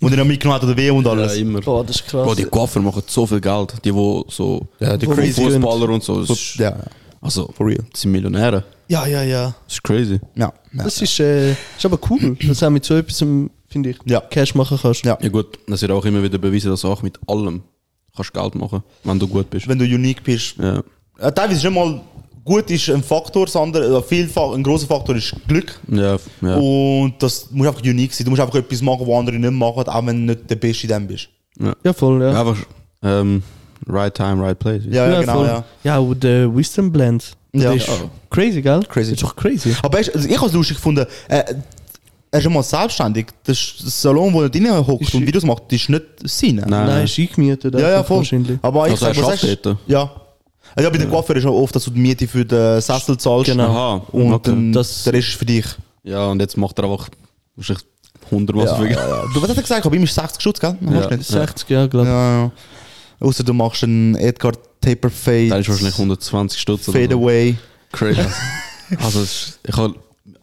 Speaker 1: Und er noch mitgenommen hat oder weh und
Speaker 3: Ja,
Speaker 1: alles.
Speaker 3: immer.
Speaker 2: Boah, das ist krass.
Speaker 3: Bro, die Koffer machen so viel Geld. Die, die so
Speaker 1: Ja, die
Speaker 3: Fu-
Speaker 1: crazy
Speaker 3: Fußballer und so. Das ist,
Speaker 1: Ja, ja.
Speaker 3: also,
Speaker 1: For real.
Speaker 3: das sind Millionäre.
Speaker 2: Ja, ja, ja.
Speaker 3: Das ist crazy.
Speaker 1: Ja, ja.
Speaker 2: Das ist, äh, ist aber cool, dass du auch mit so etwas, ähm, finde ich,
Speaker 1: Ja.
Speaker 2: Cash machen kannst.
Speaker 1: Ja.
Speaker 3: Ja gut, das wird auch immer wieder beweisen, dass du auch mit allem kannst Geld machen, wenn du gut bist.
Speaker 1: Wenn du unique bist.
Speaker 3: Ja.
Speaker 1: Äh, teilweise schon mal gut ist ein Faktor, das andere, oder viel, Fa- ein großer Faktor ist Glück.
Speaker 3: Ja, ja.
Speaker 1: Oh. Und das muss einfach unique sein. Du musst einfach etwas machen, was andere nicht machen, auch wenn du nicht der Beste in dem bist.
Speaker 2: Ja, voll, ja.
Speaker 3: Ja, Einfach ähm, right time, right place.
Speaker 1: Ja, ja, genau,
Speaker 2: voll.
Speaker 1: ja.
Speaker 2: Ja, und der Wisdom Blend.
Speaker 1: Ja.
Speaker 2: Das ist
Speaker 1: Ja.
Speaker 2: crazy, gell?
Speaker 1: Crazy.
Speaker 2: Das ist doch crazy.
Speaker 1: Aber weißt, du, also ich habe es lustig gefunden. Äh, er ist mal selbstständig. Das ist- das Salon, wo er drin hockt
Speaker 2: Ist-
Speaker 1: und Videos macht, das ist nicht sein.
Speaker 3: Nein.
Speaker 2: Nein, ist eingemietet.
Speaker 1: Ja, ja,
Speaker 2: einfach
Speaker 1: voll.
Speaker 2: Wahrscheinlich.
Speaker 1: Aber ich
Speaker 3: Also er schafft
Speaker 1: sagst du?
Speaker 3: dort.
Speaker 1: Ja. Ah Ja, bei den Coiffeur ist auch oft, dass du die Miete für den Sessel zahlst.
Speaker 2: Genau.
Speaker 3: Aha,
Speaker 1: Und
Speaker 3: okay.
Speaker 1: dann
Speaker 2: Das-
Speaker 1: der Rest ist für dich.
Speaker 3: Ja, und jetzt macht er einfach wahrscheinlich 100 was für Geld.
Speaker 1: Du, was hat er gesagt? Bei ihm ist 60 Schutz, gell?
Speaker 3: Ja.
Speaker 1: Hast du nicht?
Speaker 2: 60 Jahre, glaube ich.
Speaker 1: ja. ja. Außer du machst einen Edgar Taper Fade.
Speaker 3: Da ist wahrscheinlich 120 Stutz oder
Speaker 1: Fade
Speaker 3: so.
Speaker 1: away.
Speaker 3: Crazy. Also, es ist- ich habe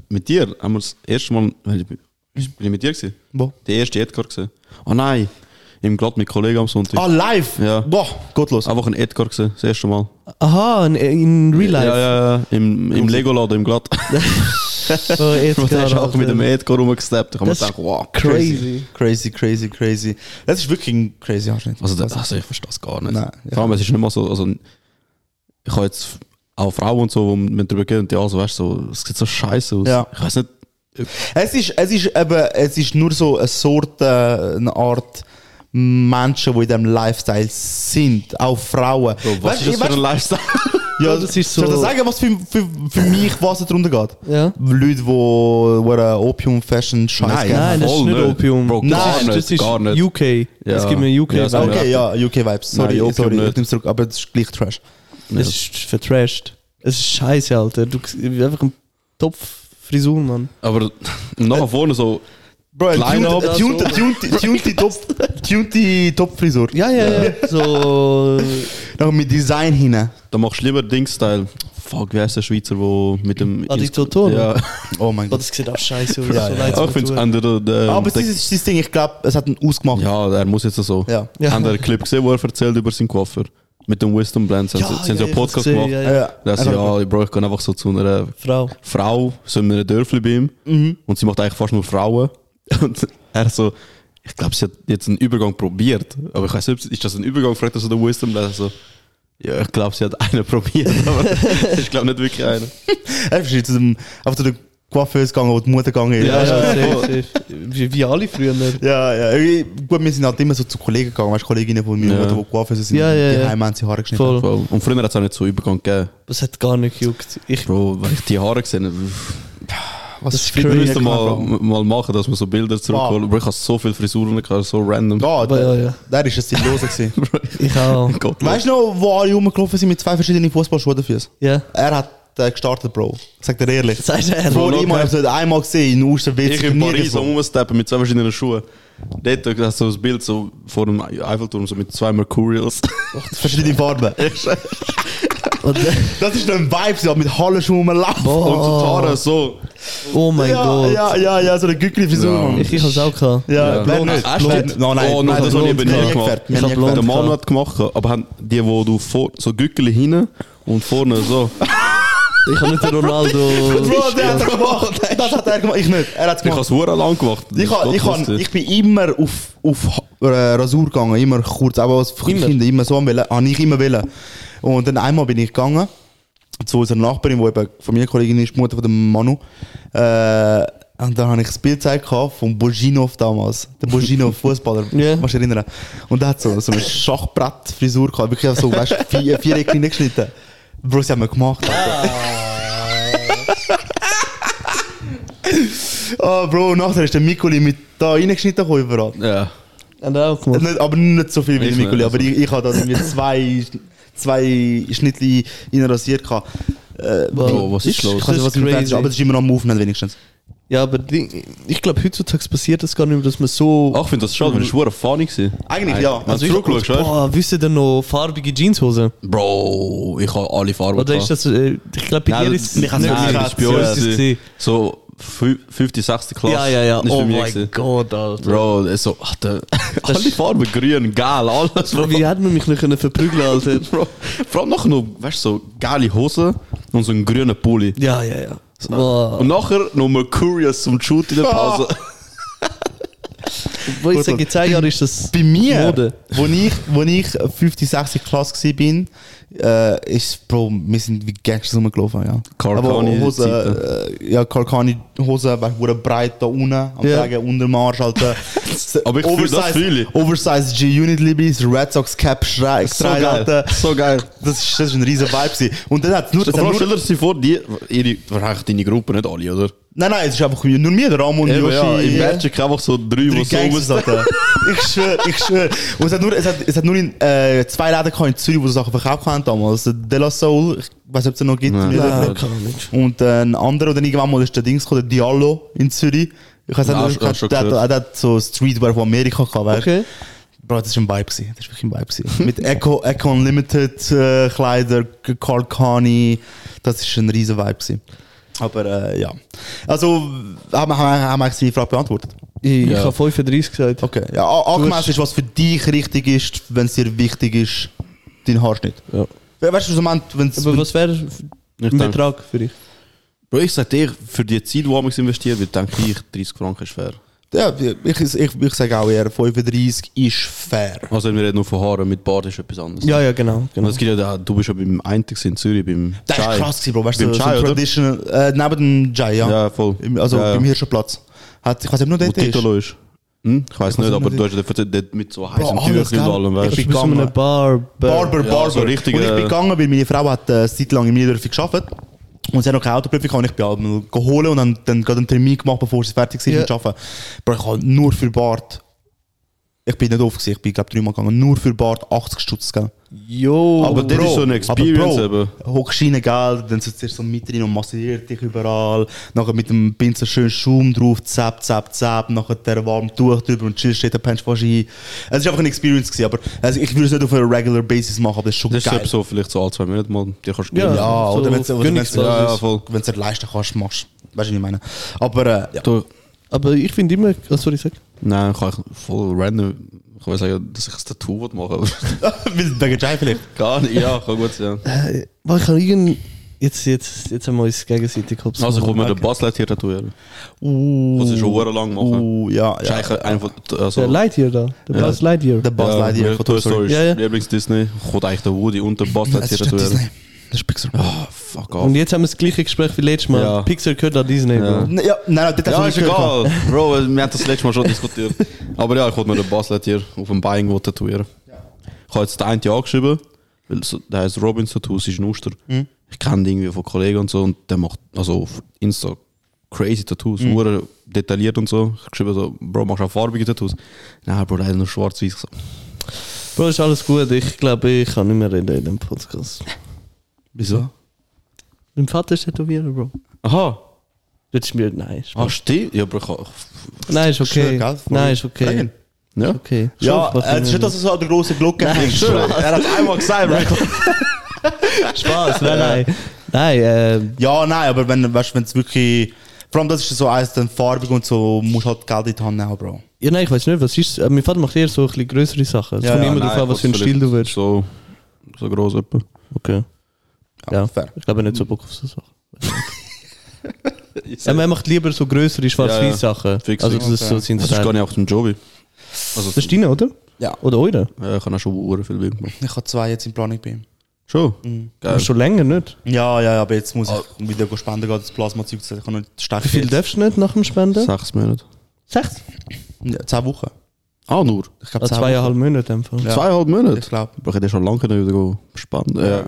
Speaker 3: mit dir haben wir das erste Mal. weil ich Bin ich bin mit dir gewesen?
Speaker 1: Hm. Wo?
Speaker 3: Die erste Edgar gesehen. Oh nein! Im Glatt mit Kollegen am Sonntag.
Speaker 1: Ah, live!
Speaker 3: Ja. Ah,
Speaker 1: Boah, gottlos.
Speaker 3: Einfach ein Edgar gesehen, das erste Mal.
Speaker 2: Aha, in, in Real Life.
Speaker 3: Ja, ja, ja. Im, im Lego-Laden im Glatt.
Speaker 2: Oh, Edgar,
Speaker 3: Und er ist auch
Speaker 2: Alter.
Speaker 3: mit dem Edgar rumgesteppt. Ich habe mir
Speaker 2: Das ist
Speaker 3: gedacht, wow.
Speaker 2: Crazy.
Speaker 1: Crazy, crazy, crazy. Das ist wirklich ein crazy Anschnitt.
Speaker 3: Also, das, also ich verstehe das gar nicht.
Speaker 1: Nein, ja.
Speaker 3: Vor allem, es ist nicht mal so, also ich habe jetzt auch Frauen und so, wo man drüber geht und ja, so weißt du, so, es sieht so scheiße aus.
Speaker 1: Ja.
Speaker 3: Ich weiß nicht,
Speaker 1: Es ist, es ist eben, es ist nur so eine Sorte, eine Art Menschen, die in diesem Lifestyle sind, auch Frauen.
Speaker 3: Bro, was
Speaker 1: Weißt-
Speaker 3: ist das für
Speaker 1: weißt-
Speaker 3: ein Lifestyle?
Speaker 1: ja,
Speaker 2: das ist
Speaker 1: Soll ich
Speaker 2: so-
Speaker 1: dir sagen, was für, für, für mich was darunter geht?
Speaker 2: Ja.
Speaker 1: Leute, die wo eine Opium-Fashion-Scheiß
Speaker 3: Ja,
Speaker 2: Nein, das
Speaker 3: voll
Speaker 2: ist nicht
Speaker 3: nicht.
Speaker 2: Opium.
Speaker 3: Bro,
Speaker 1: gar
Speaker 2: das, ist- das
Speaker 3: nicht,
Speaker 2: ist
Speaker 3: gar nicht.
Speaker 2: UK.
Speaker 3: Ja.
Speaker 2: Es gibt mir UK.
Speaker 3: Ja, das
Speaker 2: Vibe.
Speaker 3: haben wir
Speaker 1: Okay, ja, UK-Vibes. Sorry,
Speaker 3: Nein, Opium
Speaker 1: sorry, ich
Speaker 3: nicht.
Speaker 1: nehme zurück, aber das ist gleich Trash.
Speaker 2: Es ist vertrashed. Es ist scheiße, Alter. Du einfach ein Topf-Frisur, Mann.
Speaker 3: Aber nachher vorne so,
Speaker 1: Bro,
Speaker 3: Kleiner
Speaker 1: tuned-
Speaker 3: Opa,
Speaker 1: tuned-
Speaker 2: so.
Speaker 1: tuned- tuned die Top- tuned die Top-Frisur.
Speaker 2: Ja, ja, ja. So.
Speaker 1: Noch mit Design hinein.
Speaker 3: da machst du lieber Dings-Style. Fuck, wie heißt der Schweizer, der mit dem.
Speaker 2: Ah, die Totoro?
Speaker 3: Ja.
Speaker 1: Oh mein
Speaker 2: Oh,
Speaker 1: Gott.
Speaker 2: das sieht auch scheiße aus.
Speaker 1: Ja,
Speaker 2: so
Speaker 1: ja.
Speaker 2: leid,
Speaker 3: Ah, ich finde es
Speaker 2: tut.
Speaker 3: andere.
Speaker 2: Ah,
Speaker 3: Der,
Speaker 1: Aber das
Speaker 3: der,
Speaker 1: ist das Ding, ich glaube, es hat ihn ausgemacht.
Speaker 3: ja, er muss jetzt so.
Speaker 1: Ja.
Speaker 2: Ja.
Speaker 3: Haben der Clip gesehen, wo er erzählt über seinen Koffer? Mit dem Wisdom Blend. Sie
Speaker 2: Ja,
Speaker 3: haben sie
Speaker 2: ja,
Speaker 3: haben so
Speaker 2: ich
Speaker 3: einen
Speaker 2: hab's
Speaker 3: Podcast
Speaker 2: gesehen,
Speaker 3: gemacht.
Speaker 2: ja,
Speaker 1: Ja, ja.
Speaker 3: Dass sie, ja, ich brauche ich gehe einfach so zu einer
Speaker 2: Frau. Mhm.
Speaker 3: Frau, so in einem Dörfli bei ihm. Und sie macht eigentlich fast nur Frauen. Und er so, ich glaube, sie hat jetzt einen Übergang probiert. Aber ich weiß nicht, ist das ein Übergang? Fragt er so den Wisdom Blend. So, ja, ich glaube, sie hat einen probiert. Aber es ist, glaube ich, nicht wirklich einer.
Speaker 1: Er ist jetzt zu dem, einfach zu der Coiffeuse gegangen, wo die Mutter gegangen ist.
Speaker 2: Ja,
Speaker 1: Ja,
Speaker 2: ja, safe, safe. Wie, wie alle früher.
Speaker 1: ja. Irgendwie- Gut, wir sind halt immer so zu Kollegen gegangen, weißt du, Kolleginnen von meiner
Speaker 3: Ja.
Speaker 1: Mutter, die Coiffeuse sind,
Speaker 2: Ja, ja,
Speaker 1: die
Speaker 2: ja.
Speaker 1: Heim haben sie Haare geschnitten.
Speaker 2: Voll.
Speaker 3: Voll. Und früher hat es auch nicht so Übergang gegeben.
Speaker 2: Das hat gar nicht gejuckt. Ich,
Speaker 3: Bro, wenn ich die Haare gesehen habe,
Speaker 1: Was
Speaker 2: Das
Speaker 1: ist
Speaker 2: ist
Speaker 3: Wir
Speaker 1: mit mir
Speaker 3: müssten mal,
Speaker 1: gemacht, genau, Bro?
Speaker 3: mal machen, dass wir so Bilder zurückholen. Bro, ich habe so viele Frisuren gehabt, so random. Oh
Speaker 1: Ja,
Speaker 2: Aber
Speaker 1: der,
Speaker 2: ja, ja.
Speaker 1: der ist ein Sinnloser gewesen.
Speaker 2: ich auch.
Speaker 3: Gott,
Speaker 1: Weißt du noch, wo alle rumgelaufen sind mit zwei verschiedenen Fußballschuhen dafür?
Speaker 2: Ja.
Speaker 1: Er hat äh, gestartet, Bro. Sag dir ehrlich.
Speaker 2: Sagst du ehrlich?
Speaker 1: Vor
Speaker 3: Bro,
Speaker 1: ihm habe ich
Speaker 3: okay.
Speaker 1: es einmal gesehen, in Austerwitz.
Speaker 3: ich in Paris
Speaker 1: nirgendwo.
Speaker 3: am rumsteppen mit zwei verschiedenen Schuhen. Dort hast du so ein Bild so vor dem Eiffelturm so mit zwei Mercurials.
Speaker 1: Verschiedene Farben.
Speaker 2: Und,
Speaker 1: Das ist ein Vibe, so mit Hallenschuhen rumlaufen.
Speaker 2: Boah.
Speaker 3: Und so die Haare so.
Speaker 2: oh mein
Speaker 1: ja,
Speaker 2: Gott.
Speaker 1: ja, ja, ja, so eine Gückli-Frisur.
Speaker 3: Ja.
Speaker 1: Mann.
Speaker 2: Ich, ich hab's auch gehabt.
Speaker 1: Ja,
Speaker 3: Ja.
Speaker 1: wer
Speaker 3: Blond.
Speaker 1: nicht?
Speaker 3: Ah,
Speaker 1: Blond.
Speaker 3: stimmt.
Speaker 1: No, nein,
Speaker 3: Oh,
Speaker 1: nein,
Speaker 3: nein,
Speaker 1: das
Speaker 3: das
Speaker 1: habe ich
Speaker 3: hab ich
Speaker 1: eben
Speaker 3: eben
Speaker 1: nicht
Speaker 3: nicht gemacht.
Speaker 1: gemacht.
Speaker 2: Ich hab blond
Speaker 3: Der Mann
Speaker 2: gehabt.
Speaker 3: hat gemacht, aber haben die, wo du vor, so Gückeli hinten und vorne so.
Speaker 2: Ich hab nicht den Ronaldo.
Speaker 1: Bro, der hat er gemacht. Das hat er gemacht. Ich nicht. Er hat es
Speaker 3: Ich
Speaker 1: gemacht.
Speaker 3: habe es lang gemacht.
Speaker 1: Ich, hab, ich, hab, ich bin immer auf, auf äh, Rasur gegangen, immer kurz, aber als
Speaker 2: Immer?
Speaker 1: Kind immer so am Wille, habe ich immer wollen. Und dann einmal bin ich gegangen zu unserer Nachbarin, die eben Familienkollegin ist, die Mutter von dem Manu. Äh, und da habe ich das Bild gezeigt gehabt von Boginov damals. Der Boginov, Fußballer,
Speaker 2: Ja.
Speaker 1: kannst du dich erinnern. Und der hat so, so eine Schachbrettfrisur gehabt, wirklich so, weißt du, vier, vier Ecken geschnitten. Bro, sie haben wir gemacht. Alter. Ah, Bro, nachher ist der Mikuli mit da reingeschnitten gekommen überall.
Speaker 3: Ja.
Speaker 2: Hat er auch gemacht.
Speaker 1: Nicht, aber nicht so viel wie
Speaker 3: Ich
Speaker 1: der
Speaker 3: nicht,
Speaker 1: Mikuli,
Speaker 3: also.
Speaker 1: aber ich, ich habe da irgendwie zwei, zwei Schnittli reinrasiert. gehabt. Äh,
Speaker 2: Wow,
Speaker 3: was ist los?
Speaker 1: Ich weiß nicht, was mit
Speaker 2: Das ist
Speaker 1: dem Fenster
Speaker 2: crazy.
Speaker 1: ist, aber es ist immer noch am Aufnehmen wenigstens.
Speaker 2: Ja, aber die, ich glaube, heutzutage passiert das gar nicht mehr, dass man so.
Speaker 3: Ach, ich finde das schade, weil es war funny gewesen.
Speaker 1: Eigentlich, ja.
Speaker 3: Wenn
Speaker 1: Also
Speaker 3: du
Speaker 1: ich-
Speaker 3: zurückschaust, weißt du?
Speaker 2: Boah, wisst ihr denn noch farbige Jeanshosen?
Speaker 3: Bro, ich habe alle Farben.
Speaker 2: Oder ist das.
Speaker 3: gehabt.
Speaker 2: Äh, ich glaube, bei dir
Speaker 3: Nein,
Speaker 2: ist
Speaker 3: das-
Speaker 1: mich hat's
Speaker 2: Nein,
Speaker 1: nicht
Speaker 3: das
Speaker 1: hat's
Speaker 3: ist bei
Speaker 2: so
Speaker 3: uns
Speaker 2: ist es
Speaker 3: gewesen.
Speaker 2: gewesen.
Speaker 3: so fü- 50, 60 Klasse.
Speaker 2: Ja, ja, ja.
Speaker 3: Das ist
Speaker 2: Oh
Speaker 3: bei mir
Speaker 2: mein
Speaker 3: gewesen.
Speaker 2: Gott, Alter.
Speaker 3: Bro, das ist so, ach, der, alle Farben, grün, gel, alles. Bro.
Speaker 2: Wie hat man mich noch können verprügeln, Alter?
Speaker 3: Bro, vor allem nachher noch, weißt du, so geile Hosen und so einen grünen Pulli.
Speaker 2: Ja, ja, ja. Boah.
Speaker 3: Und nachher noch Mercurius zum Shoot in der Pause.
Speaker 2: Wo ich sage, in 10 Jahren ist das.
Speaker 1: Bei mir,
Speaker 2: Mode.
Speaker 1: wo ich, wo ich 50, 60 Klasse war, bin, äh, ist, Bro, wir sind wie Gangsters rumgelaufen, ja.
Speaker 3: Carcani
Speaker 1: Aber Hose,
Speaker 3: Zeiten.
Speaker 1: äh, ja, Kalkani Hose, weißt du, wurde breit da unten, am
Speaker 2: Ja.
Speaker 1: Tragen, Untermarsch, Alter.
Speaker 3: Aber ich fühl- das fühl ich.
Speaker 1: Oversize G-Unit Libis, Red Sox Cap Schrei,
Speaker 3: so
Speaker 1: Schrei,
Speaker 3: geil.
Speaker 1: Alter.
Speaker 3: So geil.
Speaker 1: Das ist, das ist ein riesen Vibe gewesen. Und dann hat nur, es
Speaker 3: Das
Speaker 1: hat nur
Speaker 3: stell dir sie vor, die, ihre, wahrscheinlich deine Gruppe, nicht alle, oder?
Speaker 1: nein, nein, es ist einfach nur mir, der Ramon,
Speaker 3: Eben,
Speaker 1: Yoshi,
Speaker 3: ja, im Magic einfach so drei,
Speaker 1: Drei
Speaker 3: die so
Speaker 1: Gangsters,
Speaker 3: rumstehen.
Speaker 1: Alter. Ich schwöre, ich schwöre. Und es hat nur, es hat, es hat nur in, äh, zwei Läden gehabt in Zürich, wo so Sachen verkauft haben damals. De La Soul, ich weiß nicht, ob es den noch gibt.
Speaker 3: Nein.
Speaker 1: Mir-
Speaker 2: Nein, keine Ahnung.
Speaker 1: Und äh, ein anderer, und dann irgendwann mal ist der Dings gekommen, der Diallo in Zürich. Ich weiß nicht,
Speaker 3: Nein,
Speaker 1: ob
Speaker 3: hast-
Speaker 1: du-
Speaker 3: hast schon
Speaker 1: der, hat-
Speaker 3: gehört.
Speaker 1: der hat so Streetwear von Amerika gehabt, weißt du?
Speaker 2: Okay.
Speaker 1: Bro, das war ein Vibe. Gewesen. Das war wirklich ein Vibe. Gewesen. Mit Echo, Echo Unlimited äh, Kleider, Carl Kani. Das war ein riesen Vibe. Gewesen. Aber äh, ja. Also, haben wir haben, haben wir eigentlich seine Frage beantwortet.
Speaker 2: Ich, ich
Speaker 3: Ja.
Speaker 2: habe 35 gesagt.
Speaker 1: Okay, ja, a- angemessen ist, was für dich richtig ist, wenn es dir wichtig ist, dein Haarschnitt.
Speaker 3: Ja.
Speaker 1: We- Weißt du, was ich meine? Wenn's,
Speaker 2: Aber was wäre ein
Speaker 3: denke-
Speaker 2: Betrag für dich?
Speaker 3: Bro, ich sag dir, für die Zeit, die man investiert wird, denke ich, 30 Franken ist fair.
Speaker 1: ja, ich, ich, ich sage auch eher, 35 ist fair.
Speaker 3: Also wir reden nur von Haaren, mit Bart ist etwas anderes.
Speaker 2: Ja, ja, genau.
Speaker 3: Und
Speaker 2: genau.
Speaker 3: es gibt ja, da- du bist ja beim einen gewesen in Zürich, beim
Speaker 1: Das war
Speaker 3: Chai.
Speaker 1: krass, gewesen, Bro. Weißt du,
Speaker 3: Beim
Speaker 1: so, so
Speaker 3: Chai,
Speaker 1: ein
Speaker 3: oder?
Speaker 1: Traditional. Äh, neben dem Jai, ja.
Speaker 3: Ja, voll.
Speaker 1: Im, also
Speaker 3: ja,
Speaker 1: beim Hirschenplatz. Hat, ich weiß nicht, nur
Speaker 3: Wo
Speaker 1: dort ist.
Speaker 3: Titolo ist. Hm? Ich weiß
Speaker 1: weiß
Speaker 3: nicht,
Speaker 1: nicht,
Speaker 3: aber
Speaker 1: wie-
Speaker 3: du hast ja dort dort mit so heißen
Speaker 1: alles
Speaker 3: Türchen und
Speaker 1: geil.
Speaker 3: allem,
Speaker 1: Ich
Speaker 3: weißt
Speaker 2: Ich
Speaker 1: bin
Speaker 3: du.
Speaker 2: bin so einem
Speaker 1: gegangen.
Speaker 2: Barber.
Speaker 1: Barber,
Speaker 3: Ja,
Speaker 1: Barber.
Speaker 3: so richtig,
Speaker 1: und ich bin
Speaker 3: äh,
Speaker 1: gegangen, weil meine Frau hat äh, eine Zeit lang in Niederdorf gearbeitet. Und sie hat noch keine Autoprüfung gehabt. und Ich bin halt mal geholt und dann, dann gerade einen Termin gemacht, bevor sie fertig war
Speaker 2: Ja.
Speaker 1: mit Arbeiten. Aber ich habe nur für Bart, ich bin nicht doof gewesen, ich bin glaube dreimal gegangen, nur für Bart 80 Stutz gegeben.
Speaker 2: Jo,
Speaker 3: Aber das ist so eine Experience
Speaker 1: Oh, aber Bro, hockst du rein, gell, dann sitzt du so mit drin und massiert dich überall. Nachher mit dem Pinsel schön Schaum drauf, zap, zap, zap. Nachher der warm Tuch drüber und chillst, dort pennst fast ein. Es war einfach eine Experience, gewesen, aber also ich würde es nicht auf einer regular Basis machen, aber das ist schon
Speaker 3: Das ist so
Speaker 1: geil.
Speaker 3: etwas, so vielleicht so alle zwei Monate mal. Die kannst du
Speaker 2: Ja.
Speaker 3: gönnen.
Speaker 1: ja,
Speaker 2: so
Speaker 1: oder wenn du es
Speaker 2: Königsklasse.
Speaker 1: ja,
Speaker 3: Ja, ja, voll.
Speaker 1: wenn's dir leisten kannst, machst du. Weißt du, was ich meine? Aber äh, ja.
Speaker 3: Du,
Speaker 2: aber ich finde immer, oh, sorry, sag.
Speaker 3: nein, kann ich voll random. Ich will sagen, dass ich ein Tattoo machen will.
Speaker 1: Wegen Jai vielleicht.
Speaker 3: Gar nicht, ja, kann gut sein.
Speaker 2: Äh, weil ich habe irgend jetzt, jetzt, jetzt haben wir uns gegenseitig hops.
Speaker 3: Also ich will mir den Basslight hier tätowieren.
Speaker 1: Uh,
Speaker 3: Was ich schon verdammt lang machen.
Speaker 1: Uh, ja,
Speaker 3: Das
Speaker 1: ja.
Speaker 3: ist eigentlich einfach... Also,
Speaker 2: der Lightyear da, der
Speaker 3: Ja.
Speaker 2: Buzz Lightyear.
Speaker 1: Der Buzz
Speaker 3: ja,
Speaker 1: Lightyear
Speaker 3: Toy Story. ist
Speaker 2: Ja, ja.
Speaker 3: Lieblings-Disney. Kommt eigentlich der Woody und der Basslight
Speaker 1: Das
Speaker 3: hier
Speaker 1: ist doch
Speaker 3: tätowieren.
Speaker 1: Disney. Das ist Pixar.
Speaker 3: Ah, fuck off.
Speaker 2: Und jetzt haben wir das gleiche Gespräch wie letztes Mal.
Speaker 3: Ja.
Speaker 2: Pixar gehört an Disney,
Speaker 3: Ja.
Speaker 2: Bro.
Speaker 1: Ne, Ja, nein, nein, das
Speaker 3: Ja, ist egal. Bro, wir haben das letzte Mal schon diskutiert. Aber ja, ich wollte mir den Baslet hier auf dem Bein irgendwo tätowieren. Ich habe jetzt den einen angeschrieben, weil so- der heißt Robin Tattoo, es ist ein Uster. Ich kenne den irgendwie von Kollegen und so und der macht also auf Insta crazy Tattoos, mhm. detailliert und so. Ich habe geschrieben so, Bro, machst du auch farbige Tattoos? Nein, Bro, leider nur schwarz-weiß. Ich so,
Speaker 2: Bro, ist alles gut. Ich glaube, ich kann nicht mehr reden in dem Podcast.
Speaker 3: Wieso?
Speaker 2: Mein Vater ist tätowieren, Bro.
Speaker 3: Aha.
Speaker 2: Das ist mir, nein. ist-
Speaker 3: Ah, stimmt. Ja, Bro, ich kann-
Speaker 2: Nein, ist okay.
Speaker 1: Schön, gell? Voll.
Speaker 2: Nein, ist okay.
Speaker 1: Nein.
Speaker 3: Ja.
Speaker 2: Okay.
Speaker 1: Ja,
Speaker 2: Spaß,
Speaker 1: äh, es ist nicht, dass es so an der grossen Glocke
Speaker 2: Nein,
Speaker 1: hängt.
Speaker 2: Spaß.
Speaker 1: Er hat einmal gesagt, Bro.
Speaker 2: Spaß, nein, nein. Nein, äh,
Speaker 1: Ja, nein, aber wenn weißt, es wirklich. Vor allem, das ist so eins, dann farbig und so, musst halt Geld in die Hand nehmen, Bro.
Speaker 2: ja, nein, ich weiß nicht, was ist. Äh, mein Vater macht eher so ein bisschen größere Sachen. Es
Speaker 1: Ja,
Speaker 2: kommt
Speaker 1: ja,
Speaker 2: immer darauf an, was für einen Stil du willst.
Speaker 3: So, so gross etwa.
Speaker 2: Okay. Ja,
Speaker 1: fair.
Speaker 2: ich glaube nicht so Bock auf so Sachen. Ja, man macht lieber so größere schwarz-weiß Sachen.
Speaker 3: Fix,
Speaker 2: Also das
Speaker 3: fix.
Speaker 2: ist so sein
Speaker 3: Das ist gar
Speaker 2: Style.
Speaker 3: nicht auf dem Job. Also,
Speaker 2: Das ist deine, oder?
Speaker 1: Ja.
Speaker 2: Oder eure?
Speaker 3: Ja, ich habe auch schon Uhren viel Bild gemacht.
Speaker 1: Ich habe zwei jetzt in Planung bei ihm.
Speaker 3: Schon?
Speaker 2: Aber
Speaker 1: Mhm.
Speaker 3: Geil.
Speaker 2: Also Schon länger nicht.
Speaker 1: Ja, ja, ja, aber jetzt muss ich wieder go spenden gehen, das Plasma-Zeug zu Ich kann noch nicht stechen.
Speaker 2: Wie viel
Speaker 1: jetzt.
Speaker 2: darfst du nicht nach dem Spenden?
Speaker 3: Sechs Monate.
Speaker 2: Sechs?
Speaker 1: Ja, zehn Wochen.
Speaker 3: Ah, nur?
Speaker 1: Ich glaube,
Speaker 2: Ah, zweieinhalb Monate in dem Fall.
Speaker 1: Ja.
Speaker 3: Zweieinhalb Monate?
Speaker 1: Ich glaube.
Speaker 3: Bro, ich hätte schon lange können wieder go spannend. Ja, ja.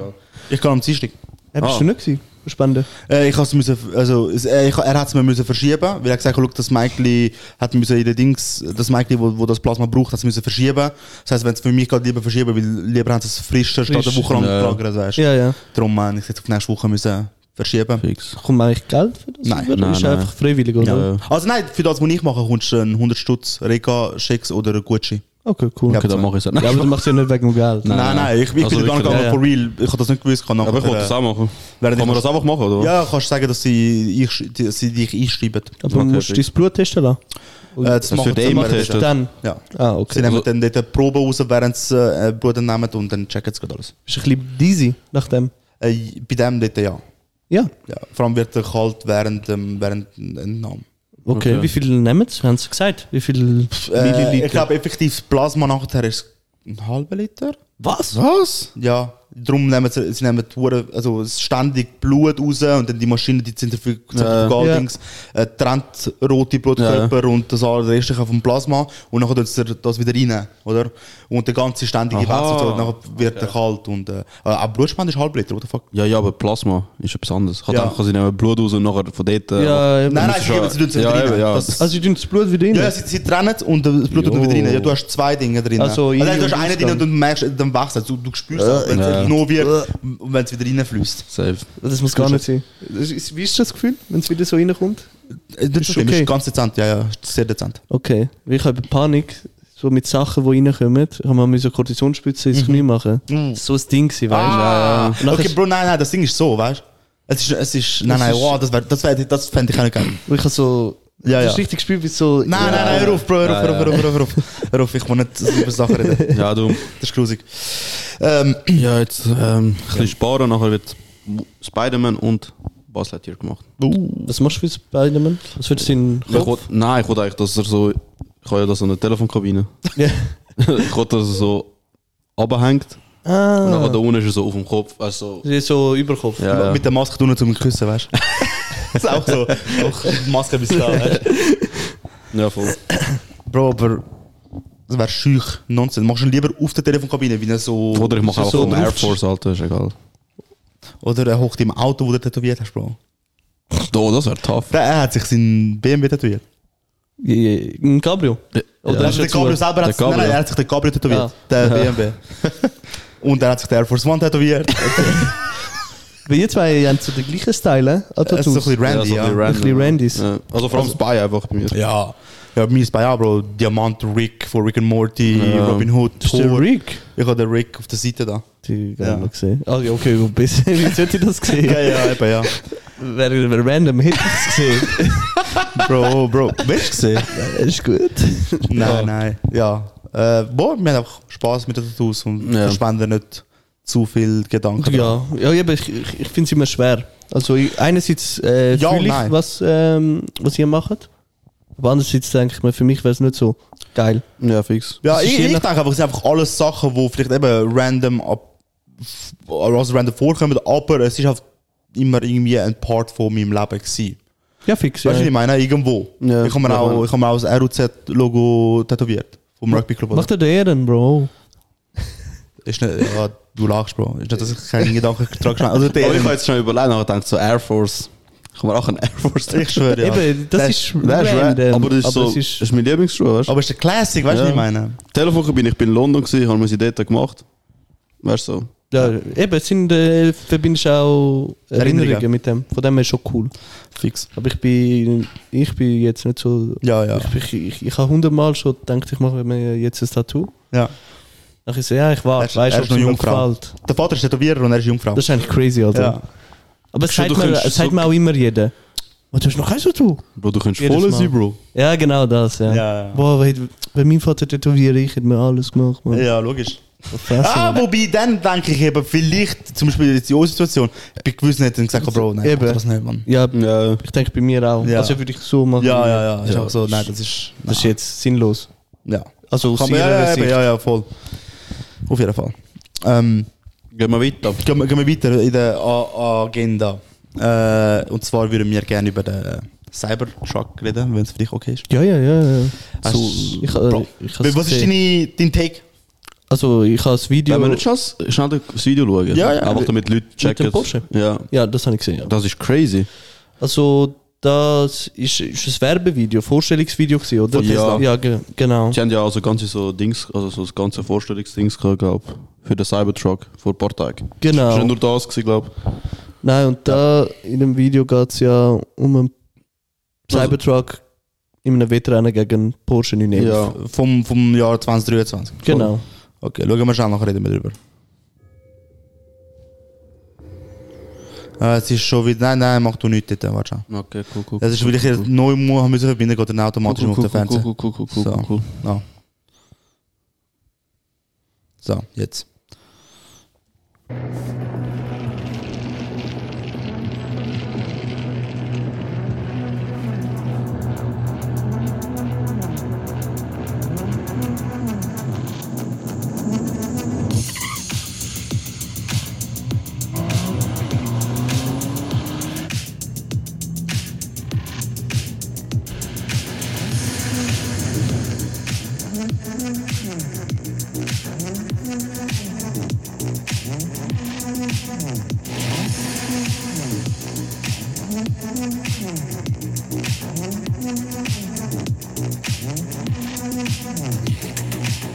Speaker 1: Ich kann am Dienstag.
Speaker 2: Äh, bist
Speaker 3: Ah.
Speaker 2: du nicht gewesen? Spenden?
Speaker 1: Äh, ich has müssen, also, es- äh, ich, er hat es mir müssen verschieben, weil er gesagt hat, schau, das Michael hat müssen in den Dings, das Michael, wo, wo das Plasma braucht, hat es müssen verschieben. Das heisst, wenn es für mich geht, lieber verschieben, weil lieber haben sie es frischer, statt eine
Speaker 2: Frisch.
Speaker 1: Woche lang
Speaker 3: Ja.
Speaker 1: gelagert, weißt du.
Speaker 2: Ja, ja.
Speaker 1: Darum meine ich, jetzt auf nächste Woche müssen verschieben.
Speaker 3: Fix.
Speaker 2: Kommt eigentlich Geld für das?
Speaker 1: Nein,
Speaker 2: über?
Speaker 3: nein,
Speaker 2: ist
Speaker 3: nein.
Speaker 2: einfach freiwillig, oder?
Speaker 3: Ja.
Speaker 1: Also nein, für das, was ich mache, kommst du einen 100 Stutz Reka, Schecks oder Gucci.
Speaker 2: Okay, cool.
Speaker 1: Ja,
Speaker 3: Okay, dann mache ich es
Speaker 2: Ja, aber du machst ja nicht wegen dem Geld.
Speaker 3: Nein.
Speaker 1: Nein, nein, ich, ich
Speaker 3: Also
Speaker 1: bin gar nicht
Speaker 3: wirklich,
Speaker 1: gegangen,
Speaker 2: Ah. ja, ja.
Speaker 1: for real. Ich habe das nicht gewusst. Kann
Speaker 3: Aber ich wollte das auch machen.
Speaker 1: Äh, Während
Speaker 3: Kann
Speaker 1: ich
Speaker 3: man
Speaker 1: mach-
Speaker 3: das einfach machen, oder?
Speaker 1: Ja, kannst du sagen, dass sie, ich, dass sie dich einschreiben.
Speaker 2: Aber
Speaker 3: Okay,
Speaker 2: du musst
Speaker 3: fix.
Speaker 2: dein Blut testen lassen.
Speaker 1: Äh, das
Speaker 3: Das
Speaker 1: machen
Speaker 3: wird
Speaker 1: sie
Speaker 3: eh
Speaker 1: immer wieder.
Speaker 3: immer getestet.
Speaker 2: Dann.
Speaker 1: Ja. Sie
Speaker 2: Ah, okay.
Speaker 1: nehmen dann dort eine Probe raus, während sie äh, Blut nehmen und dann checken sie gerade alles.
Speaker 2: Bist ein bisschen dizzy nach dem?
Speaker 1: Äh, bei dem dort ja.
Speaker 2: Ja.
Speaker 1: ja. Vor allem wird er ehm, kalt während dem während dem Entnahmen.
Speaker 2: Okay.
Speaker 3: Okay.
Speaker 2: Wie viel nehmen sie? Haben sie gesagt? Wie viel
Speaker 1: Äh,
Speaker 2: Milliliter?
Speaker 1: ich glaube, effektiv das Plasma nachher ist ein halber Liter.
Speaker 2: Was? Was?
Speaker 1: Ja, darum nehmen sie, sie nehmen die Hure- also es ständig Blut raus und dann eh, die Maschine, die Zentrifugal-Dings, äh, trennt rote Blutkörper und das alles restliche vom Plasma und dann tun sie das wieder rein, oder? Und der ganze ständige
Speaker 3: Aha.
Speaker 1: Wechsel, so, nachher wird er kalt und äh, auch Blutspende ist halb Liter, what the fuck?
Speaker 3: Ja, ja, aber Plasma ist etwas anderes. Ich
Speaker 1: Ja.
Speaker 3: ja. kann sie nehmen Blut raus und nachher von dort. äh,
Speaker 2: Ja, eben.
Speaker 1: Nein, nein,
Speaker 3: musst
Speaker 1: sie
Speaker 3: du
Speaker 1: geben
Speaker 3: schon-
Speaker 1: sie tun sie
Speaker 3: Ja,
Speaker 1: wieder rein.
Speaker 3: eben, ja.
Speaker 1: Das,
Speaker 2: Also, sie tun das Blut wieder rein?
Speaker 1: ja, sie, sie trennen es und das Blut tut
Speaker 3: Jo.
Speaker 1: wieder rein. Ja, du hast zwei Dinge drin.
Speaker 2: Also,
Speaker 1: also,
Speaker 2: in-
Speaker 1: du hast
Speaker 2: und
Speaker 1: einen drin und du merkst, dann wächst es. Du, Also du spürst es, wenn
Speaker 3: ja.
Speaker 1: es noch wird und wenn es wieder reinfließt.
Speaker 3: Safe.
Speaker 2: das muss gar nicht sein. Das ist, wie ist das Gefühl, wenn es wieder so reinkommt?
Speaker 1: Äh, Das ist,
Speaker 2: okay. Ah,
Speaker 1: ist ganz dezent, ja, ja, ist sehr dezent.
Speaker 2: Okay. Weil Ich habe Panik, so mit Sachen, die reinkommen, haben wir müssen Kortisonspitze ins Knie machen. Das ist So ein Ding gewesen, weißt du?
Speaker 1: Ah,
Speaker 2: Und nachher-
Speaker 1: okay, Bro, nein, nein, das Ding ist so, weißt du? Es ist, es ist, nein,
Speaker 2: Das
Speaker 1: nein,
Speaker 2: ist-
Speaker 1: wow, das, wär, das, wär, das fände ich auch nicht geil.
Speaker 2: Und ich habe so.
Speaker 1: Ja,
Speaker 2: das
Speaker 1: ja.
Speaker 2: ist richtig gespielt, wie so.
Speaker 1: Nein, nein, nein, hör auf, Bro, hör auf, hör auf, hör auf, hör auf, hör auf. Hör auf, ich will nicht über Sachen reden.
Speaker 3: Ja, du.
Speaker 1: Das ist grusig. Ähm,
Speaker 3: Ja, jetzt ähm, ein bisschen sparen, nachher wird Spider-Man und Baslet hier gemacht.
Speaker 2: Was machst du für Spider-Man? Was würdest du in
Speaker 3: Ich wollt, nein, ich wollte eigentlich, dass er so. Ich habe ja da so eine Telefonkabine.
Speaker 2: Ja.
Speaker 3: ich wollte, dass er so abhängt. Und
Speaker 2: Ah.
Speaker 3: dann da unten ist er so auf dem Kopf. Also,
Speaker 2: Sie ist so Überkopf.
Speaker 3: ja, ja.
Speaker 1: Mit der Maske tun zum Küssen, weißt du? das ist auch so. Doch, Maske bis da, ne? weißt du?
Speaker 3: ja, voll.
Speaker 1: Bro, aber das wäre schüch, Nonsens. Machst du ihn lieber auf der Telefonkabine, wie er so.
Speaker 3: Oder ich mache
Speaker 2: Ist
Speaker 3: einfach
Speaker 2: so
Speaker 3: vom Air
Speaker 2: drauf?
Speaker 3: Force, Alter, ist egal.
Speaker 1: Oder er hocht im Auto, wo du tätowiert hast, Bro.
Speaker 3: Da, das wäre tough.
Speaker 1: Der, er hat sich seinen BMW tätowiert.
Speaker 2: Ein Cabrio.
Speaker 3: Ja.
Speaker 2: Oder
Speaker 1: Ja,
Speaker 2: ist
Speaker 1: also
Speaker 2: er
Speaker 1: der
Speaker 2: zu-
Speaker 1: Cabrio selber
Speaker 3: der
Speaker 1: hat, nein, nein,
Speaker 3: Cabrio.
Speaker 1: er hat sich den Cabrio tätowiert.
Speaker 2: Ah.
Speaker 1: Der BMW. Und dann hat sich der Air Force One tätowiert.
Speaker 2: Weil ihr zwei haben so den gleichen Style, äh?
Speaker 1: Das ist so ein bisschen Randy, ja.
Speaker 3: ein
Speaker 1: Ja,
Speaker 3: bisschen
Speaker 2: bisschen Randys.
Speaker 3: Ja. Also vor allem das Bein einfach bei mir.
Speaker 1: ja. mir ist bei auch, Bro. Diamant Rick von Rick and Morty,
Speaker 3: Ja.
Speaker 1: Robin Hood,
Speaker 2: Das ist der
Speaker 1: Thor.
Speaker 2: Rick.
Speaker 1: Ich habe den Rick auf der Seite da.
Speaker 2: Die
Speaker 1: Ja.
Speaker 2: ja. noch gesehen. Ah, ja, okay, wo bist Wie sollte ich das gesehen?
Speaker 1: Ja, ja, eben, ja.
Speaker 2: Wer, wer random hätte das gesehen?
Speaker 1: Bro, Bro. Willst du gesehen?
Speaker 2: Ja, ist gut.
Speaker 1: Nein, nein. Ja. Äh, boah, wir haben einfach Spass mit den Tattoos und
Speaker 3: Ja.
Speaker 1: verschwenden nicht zu viel Gedanken. dran.
Speaker 2: Ja, ja eben, ich, ich, ich finde es immer schwer. Also ich- einerseits äh,
Speaker 1: Ja und
Speaker 2: fühle ich,
Speaker 1: nein.
Speaker 2: was, ähm, was ihr macht. Aber andererseits denke ich mir, für mich wäre es nicht so geil.
Speaker 3: Ja, fix.
Speaker 1: Ja,
Speaker 2: Das ist
Speaker 1: ich,
Speaker 2: je
Speaker 1: ich
Speaker 2: nach-
Speaker 1: denke einfach, es sind einfach alles Sachen, die vielleicht eben random ab, also random vorkommen, aber es ist halt immer irgendwie ein Part von meinem Leben gewesen.
Speaker 2: Ja, fix.
Speaker 1: Weißt du, was
Speaker 2: Ja.
Speaker 1: ich meine? Irgendwo.
Speaker 3: Ja,
Speaker 1: ich habe mir,
Speaker 3: ja,
Speaker 1: auch-
Speaker 3: Mann.
Speaker 1: ich habe mir auch das RUZ-Logo tätowiert. Vom Rugby Club.
Speaker 2: Macht er den Ehren, Bro.
Speaker 1: Ist nicht, ja, du lachst, Bro. Ist nicht, dass ich keinen Gedanken trage. Also, der,
Speaker 3: Aber ich habe jetzt schon überlegt, und gedacht, so Air Force. Ich habe mir auch einen Air Force
Speaker 1: ich schwöre, ja.
Speaker 2: Eben, das ist
Speaker 3: Nein, ist
Speaker 2: random.
Speaker 3: random, aber das ist so,
Speaker 2: es
Speaker 3: das ist mein Lieblingsschuh, weißt du?
Speaker 1: Aber ist der Classic, weißt du,
Speaker 3: Ja.
Speaker 1: was ich meine?
Speaker 3: Telefon bin ich bin in London gewesen, habe mir sie dort gemacht. Weißt du so?
Speaker 2: ja, eben, es sind, äh, verbindest auch Erinnerungen,
Speaker 1: Erinnerungen.
Speaker 2: mit dem. Von dem her ist schon cool.
Speaker 1: Fix.
Speaker 2: Aber ich bin, ich bin jetzt nicht so...
Speaker 1: Ja, ja.
Speaker 2: Ich, ich, ich, ich habe hundertmal schon gedacht, ich mache mir jetzt ein Tattoo.
Speaker 1: ja.
Speaker 2: Dann ich so, ja, ich
Speaker 1: Er
Speaker 2: warte,
Speaker 1: ist-
Speaker 2: weißt
Speaker 1: er ist
Speaker 2: du, ob es
Speaker 1: noch
Speaker 2: mir
Speaker 1: Jungfrau.
Speaker 2: gefällt.
Speaker 1: Der Vater ist Tätowierer und er ist Jungfrau.
Speaker 2: Das ist eigentlich crazy, Alter.
Speaker 1: ja.
Speaker 2: Aber es
Speaker 3: Schon,
Speaker 2: sagt,
Speaker 3: du
Speaker 2: mir,
Speaker 3: könntest
Speaker 2: es sagt
Speaker 3: so-
Speaker 2: mir auch immer jeder. Oh, du hast noch kein Tattoo?
Speaker 3: Bro, du könntest
Speaker 2: Jedes
Speaker 3: voll
Speaker 2: Mal.
Speaker 3: sein, Bro.
Speaker 2: Ja, genau das, ja.
Speaker 1: Ja, ja.
Speaker 2: Boah, bei, bei meinem Vater tätowiere ich, hätte mir alles gemacht, man.
Speaker 1: ja, logisch.
Speaker 2: Fresse,
Speaker 1: Ah,
Speaker 2: Mann.
Speaker 1: wobei, dann denke ich eben, vielleicht, zum Beispiel jetzt in unserer Situation, bei gewissen hätten gesagt, oh, Bro, nein,
Speaker 2: Eben.
Speaker 1: mach das nicht, Mann.
Speaker 2: ja,
Speaker 3: Ja.
Speaker 2: ich denke bei mir auch.
Speaker 1: Ja.
Speaker 2: Also würde ich so machen.
Speaker 1: Ja, ja, ja. Ist
Speaker 2: Ja.
Speaker 1: auch so, nein, das ist.
Speaker 2: Das ist jetzt sinnlos.
Speaker 1: Ja.
Speaker 2: Also aus
Speaker 1: Kann man, ja,
Speaker 2: ihrer
Speaker 1: ja, eben,
Speaker 2: Sicht.
Speaker 1: ja, ja, voll. Auf jeden Fall. Ähm,
Speaker 3: Gehen wir weiter.
Speaker 1: gehen, wir, gehen wir weiter in der A- Agenda. Äh, und zwar würden wir gerne über den Cybertruck reden, wenn es für dich okay ist.
Speaker 2: Ja, ja, ja. ja.
Speaker 1: Hast-
Speaker 2: Also, ich,
Speaker 1: Bro,
Speaker 2: äh, ich hab's
Speaker 1: was ist
Speaker 2: gesehen.
Speaker 1: deine, dein Take?
Speaker 2: Also ich habe das Video...
Speaker 3: Wenn wir nicht Chance, schnell das Video schauen.
Speaker 1: Ja, ja.
Speaker 3: Einfach damit die Leute checken.
Speaker 2: dem Porsche?
Speaker 3: Ja.
Speaker 2: ja, das habe ich gesehen, ja.
Speaker 3: Das ist crazy.
Speaker 2: Also, das ist, ist ein Werbevideo, Vorstellungsvideo gewesen, oder?
Speaker 3: Von Tesla.
Speaker 2: Ja, ge genau.
Speaker 3: Sie haben ja also ganze so Dings, also so das ganze Vorstellungsdings gehabt, glaub, für den Cybertruck vor ein paar Tagen.
Speaker 2: Genau.
Speaker 3: Ist nicht nur das gewesen, glaube
Speaker 2: Nein, und da in dem Video geht es ja um einen
Speaker 3: Also
Speaker 2: Cybertruck in einem Wettrennen gegen Porsche 911.
Speaker 3: Ja.
Speaker 1: Vom, vom Jahr 2023.
Speaker 2: Genau.
Speaker 1: Okay, schauen wir schnell, nachher reden wir drüber. Äh, es ist schon wieder. Nein, nein, mach du nichts dort, warte schon.
Speaker 3: ich. Okay, cool, cool.
Speaker 1: Es ist, weil ich jetzt neu mu- haben müssen verbinden, geht dann automatisch auf den Fernseher.
Speaker 3: Cool, cool, cool, cool,
Speaker 1: So. Ah.
Speaker 3: cool, cool.
Speaker 1: Ja. So, jetzt.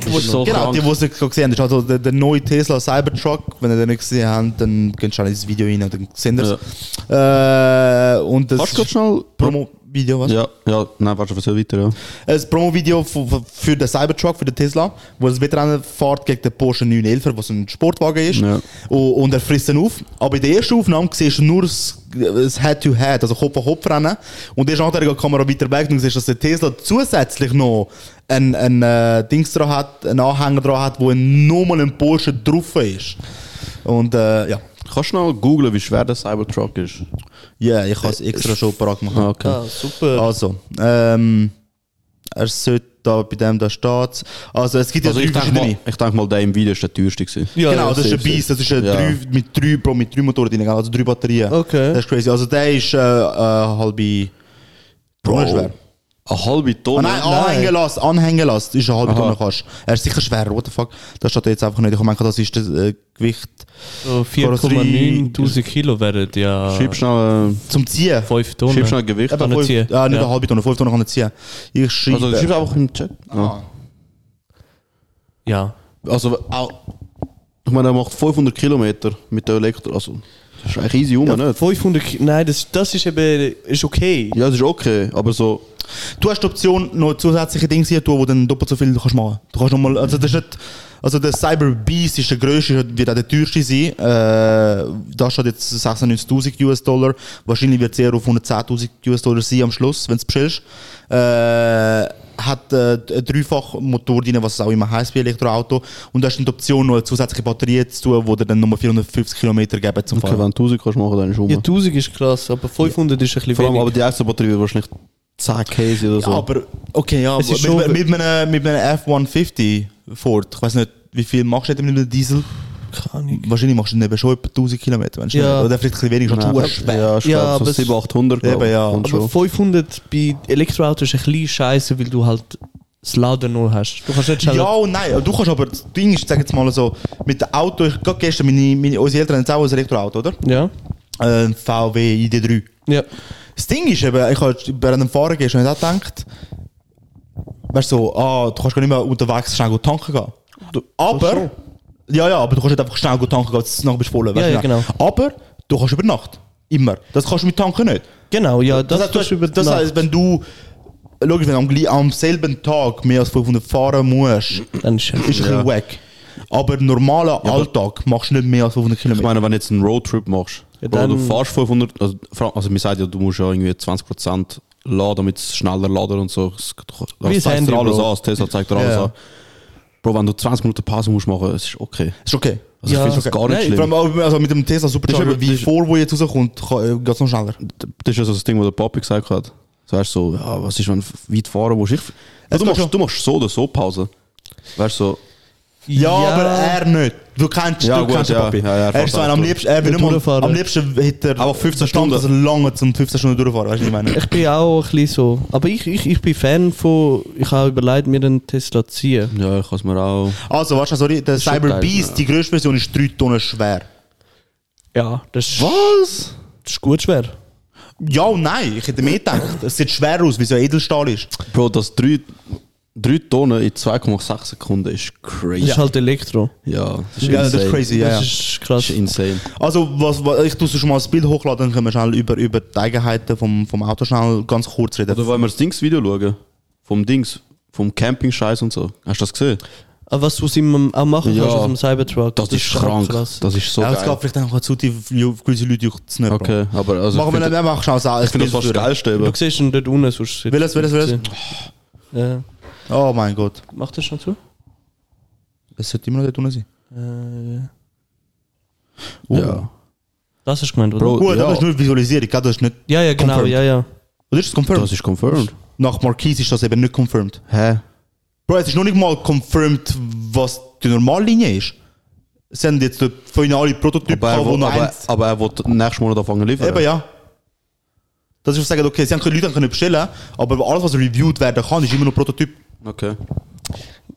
Speaker 3: Das ist so
Speaker 1: genau, die, die es nicht gesehen haben. Das ist also der, der neue Tesla Cybertruck. Wenn ihr den nicht gesehen habt, dann könnt ihr schnell ins Video rein und dann seht ihr es. Äh, und das
Speaker 3: Kannst du gerade schnell...
Speaker 1: Promo-Video, was?
Speaker 3: Ja, ja, nein, warte, erzähl weiter, ja.
Speaker 1: ein Promo-Video f- f- für den Cybertruck, für den Tesla, wo es Wettrennen fährt gegen den Porsche 911, was ein Sportwagen ist.
Speaker 3: Ja.
Speaker 1: Und, und er frisst ihn auf. Aber in der ersten Aufnahme siehst du nur das das Head-to-Head, also Kopf-an-Kopf-Rennen. Und erst nachher geht die Kamera weiter weg und du siehst, dass der Tesla zusätzlich noch ein, ein äh, Dings dran hat, einen Anhänger dran hat, wo nochmal ein Porsche drauf ist. Und äh, ja,
Speaker 3: Kannst du schnell googlen, wie schwer der Cybertruck ist?
Speaker 1: Ja, ich habe es extra schon parat gemacht.
Speaker 3: okay.
Speaker 2: Ah,
Speaker 3: Äh,
Speaker 2: super.
Speaker 1: Also, ähm, er sollte da bei dem da steht. Also es gibt
Speaker 3: Also
Speaker 1: ja
Speaker 3: ich
Speaker 1: drei
Speaker 3: denke
Speaker 1: verschiedene.
Speaker 3: mal, ich denk mal, der im Video ist der teuerste gewesen.
Speaker 2: Ja,
Speaker 1: genau,
Speaker 2: ja,
Speaker 1: das ist ein
Speaker 2: safe,
Speaker 1: Beast, das ist ein
Speaker 3: Ja.
Speaker 1: drei, mit drei Pro, mit drei Motoren drin, also drei Batterien.
Speaker 2: Okay.
Speaker 1: Das ist crazy. Also der ist äh, äh, halbe Tonne schwer.
Speaker 3: Oh Eine halbe
Speaker 1: Ah,
Speaker 3: Tonne?
Speaker 1: nein, Anhängelast, Anhängelast ist eine halbe
Speaker 3: Aha.
Speaker 1: Tonne kannst. Er ist sicher schwer, what the fuck. Das steht jetzt einfach nicht. Ich meine, das ist das äh, Gewicht
Speaker 4: So
Speaker 1: Karosserie-
Speaker 4: 4,9000 Kilo wären ja
Speaker 3: Schieb schnell,
Speaker 1: zum Ziehen.
Speaker 4: 5
Speaker 3: äh,
Speaker 4: Tonnen.
Speaker 3: schieb schnell Gewicht. Ah,
Speaker 4: Eben. kann er
Speaker 1: Fünf-
Speaker 4: ziehen.
Speaker 1: Ja, nicht
Speaker 4: Ja.
Speaker 1: eine halbe Tonne, fünf Tonnen kann er ziehen. Ich schreibe.
Speaker 3: Also schiebst einfach im Chat.
Speaker 1: Ah.
Speaker 4: Ja.
Speaker 3: Also, auch, Ich meine, er macht 500 Kilometer mit der Elektro. Also, das ist eigentlich easy rum, nicht?
Speaker 2: 500 Ki- Nein, das, das ist eben ist okay.
Speaker 3: Ja, das ist okay, aber so.
Speaker 1: Du hast die Option, noch zusätzliche Dinge hier tun, wo dann doppelt so viel du kannst machen kannst. Du kannst nochmal, also das ist nicht, also der Cyber Beast ist der grösste, wird auch der teuerste sein. Äh, da steht jetzt 96.000 US-Dollar. Wahrscheinlich wird es eher auf 110.000 US-Dollar sein am Schluss, wenn du es bestellst. Äh, hat äh, eine dreifache Motor drin, was es auch immer heisst bei Elektroauto. Und du hast dann die Option, noch eine zusätzliche Batterie zu tun, die dir dann nochmal 450 Kilometer geben zum
Speaker 3: Okay,
Speaker 1: Fahren.
Speaker 3: wenn du 1000 kannst machen, dann ist rum.
Speaker 2: Ja, 1000 ist krass, aber 500 ist ein bisschen
Speaker 3: Vor allem,
Speaker 2: wenig.
Speaker 3: aber die erste Batterie wird wahrscheinlich 10 Käse oder so.
Speaker 1: Ja, aber okay, ja,
Speaker 2: Es
Speaker 1: aber
Speaker 2: ist
Speaker 1: mit,
Speaker 2: schon-
Speaker 1: mit, einem, mit einem F-150 Ford, ich weiß nicht, wie viel machst du denn mit einem Diesel?
Speaker 2: Keine Ahnung.
Speaker 1: Wahrscheinlich machst du dann eben schon etwa 1000 Kilometer, wenn du
Speaker 2: Ja.
Speaker 1: schnell- oder vielleicht ein bisschen weniger, schon
Speaker 3: Nein,
Speaker 1: zu
Speaker 3: das-
Speaker 1: schwer.
Speaker 3: Ja, ich
Speaker 2: Ja,
Speaker 3: glaube,
Speaker 2: aber
Speaker 3: so
Speaker 2: es-
Speaker 3: 700, 800. glaub
Speaker 1: Eben, ja.
Speaker 3: ich, kommt
Speaker 2: Aber
Speaker 3: schon.
Speaker 2: 500 bei Elektroauto ist ein bisschen scheiße, weil du halt das Laden nur hast. Du kannst nicht schnell.
Speaker 1: Ja und nein, aber du kannst aber, das Ding ist, sag jetzt mal so, mit dem Auto, ich gerade gestern, meine, meine, unsere Eltern haben jetzt auch ein Elektroauto, oder?
Speaker 2: Ja.
Speaker 1: Äh, Ein VW ID3.
Speaker 2: ja.
Speaker 1: Das Ding ist eben, ich habe während dem Fahren gehen schon nicht auch gedacht, weißt du, so, ah, du kannst gar nicht mehr unterwegs schnell gut tanken gehen.
Speaker 3: Du-
Speaker 1: Aber, ja, ja, aber du kannst nicht einfach schnell gut tanken gehen, dass du nachher bist du voll.
Speaker 2: Ja,
Speaker 1: weißt du
Speaker 2: ja,
Speaker 1: nicht. Aber du kannst über Nacht. Immer. Das kannst du mit tanken nicht.
Speaker 2: Genau, ja, das,
Speaker 1: heißt, du-
Speaker 2: tust du über
Speaker 1: das
Speaker 2: Nacht.
Speaker 1: heisst, wenn du, logisch, wenn du am, gleich- am selben Tag mehr als 500 fahren musst,
Speaker 2: Dann ist
Speaker 1: ist ein
Speaker 3: Ja.
Speaker 1: bisschen weg. Aber im normalen Alltag machst du nicht mehr als 500
Speaker 3: Ich
Speaker 1: Kilometer.
Speaker 3: meine, wenn du jetzt einen Roadtrip machst,
Speaker 2: Ja,
Speaker 3: Bro,
Speaker 2: dann-
Speaker 3: du fährst 500, also, fra- also man sagt ja, du musst ja irgendwie 20% laden, damit es schneller laden und so. Das, das
Speaker 2: Wie das
Speaker 3: zeigt
Speaker 2: Handy,
Speaker 3: dir alles
Speaker 2: Bro.
Speaker 3: an, das Tesla zeigt dir alles
Speaker 1: Ja.
Speaker 3: an. Bro, wenn du 20 Minuten Pause musst machen, es ist okay.
Speaker 1: Ist okay.
Speaker 3: Also
Speaker 2: Ja.
Speaker 3: ich finde das gar
Speaker 1: Nein,
Speaker 3: nicht
Speaker 1: vor
Speaker 3: schlimm.
Speaker 1: allem auch also mit dem Tesla
Speaker 3: Das
Speaker 1: Supercharger,
Speaker 3: ist eben-
Speaker 1: wie
Speaker 3: das ist-
Speaker 1: vor, wo jetzt rauskommt, geht es noch schneller.
Speaker 3: Das ist ja so das Ding, was der Papi gesagt hat. So weißt du so, ja, was ist, wenn du weit fahren musst? Ich, Also, du,
Speaker 1: geht schon.
Speaker 3: machst, du machst so oder so Pause. Weißt du, so,
Speaker 1: Ja, aber er nicht. Du kennst,
Speaker 3: Ja,
Speaker 1: du
Speaker 3: gut,
Speaker 1: kennst den
Speaker 3: ja.
Speaker 1: Papi.
Speaker 3: Ja, ja, er
Speaker 1: er ist so
Speaker 3: fährt
Speaker 1: einer, am
Speaker 3: auch
Speaker 1: liebsten, er will
Speaker 2: Der
Speaker 1: nicht mal,
Speaker 2: Tourenfahrer.
Speaker 1: am liebsten hätte er
Speaker 3: Aber 15
Speaker 1: Tank,
Speaker 3: Stunden.
Speaker 1: dass er lange zum 15 Stunden durchfahren, weißt du, was ich meine?
Speaker 2: Ich bin auch ein bisschen so. Aber ich, ich, ich bin Fan von. Ich habe überlegt, mir einen Tesla zu ziehen.
Speaker 3: ja, ich kann es mir auch.
Speaker 1: Also, weißt du, sorry, der
Speaker 3: schon
Speaker 1: Cyber
Speaker 3: geil,
Speaker 1: Beast,
Speaker 3: ja.
Speaker 1: die größte Version, ist 3 Tonnen schwer.
Speaker 2: Ja, das ist,
Speaker 1: Was?
Speaker 2: das ist gut schwer.
Speaker 1: Ja und nein, ich hätte mehr gedacht. Es sieht schwer aus, wie so ein Edelstahl ist.
Speaker 3: Bro, das 3, 3 Tonnen in 2,6 Sekunden ist crazy.
Speaker 2: Das ist halt Elektro.
Speaker 3: ja, das ist
Speaker 1: Ja, das
Speaker 3: insane.
Speaker 1: ist crazy, ja.
Speaker 2: Das
Speaker 1: ja.
Speaker 2: ist
Speaker 3: Das
Speaker 2: krass.
Speaker 3: ist insane.
Speaker 1: Also, was, was, ich tue schon mal das Bild hochladen, dann können wir schnell über, über die Eigenheiten vom, vom Auto schnell ganz kurz reden.
Speaker 3: Oder wollen wir Also, das Dings-Video schauen? Vom Dings, vom Camping-Scheiß und so. Hast du das gesehen?
Speaker 2: Aber was du aus ihm auch machen
Speaker 3: Ja.
Speaker 2: kannst aus dem Cybertruck.
Speaker 3: Das, ist krank. Das ist so
Speaker 1: ja, es
Speaker 3: geil.
Speaker 1: geht vielleicht einfach zu, die gewisse Leute juckt es nicht. Bro.
Speaker 3: Okay, aber also
Speaker 1: Machen wir
Speaker 3: ich
Speaker 1: dann
Speaker 3: finde
Speaker 1: einfach schnell das
Speaker 3: find das fast das Geilste. eben.
Speaker 2: Du siehst ihn dort unten, sonst sieht
Speaker 1: Willis, Willis, Willis.
Speaker 2: Ja.
Speaker 1: Oh mein Gott.
Speaker 2: Mach das schon zu?
Speaker 1: Es sollte immer noch dort unten sein.
Speaker 2: Äh,
Speaker 1: Oh.
Speaker 3: Ja.
Speaker 2: das hast du gemeint, oder?
Speaker 3: Bro,
Speaker 1: Gut,
Speaker 3: ja,
Speaker 1: das ist nur Visualisierung, gell, das ist nicht.
Speaker 2: ja, ja, genau,
Speaker 1: confirmed.
Speaker 2: ja, ja.
Speaker 1: Oder ist das confirmed?
Speaker 3: das ist confirmed.
Speaker 1: Nach Marquis ist das eben nicht confirmed.
Speaker 3: Hä?
Speaker 1: Bro, es ist noch nicht mal confirmed, was die Normallinie ist. Sie haben jetzt den finalen Prototyp
Speaker 3: Aber er,
Speaker 1: wo
Speaker 3: will,
Speaker 1: noch
Speaker 3: aber,
Speaker 1: eins.
Speaker 3: aber er will nächsten Monat anfangen liefern.
Speaker 1: Eben ja. Das ist, was sagen, okay, sie haben Leute können bestellen, aber alles, was reviewed werden kann, ist immer noch Prototyp.
Speaker 3: Okay.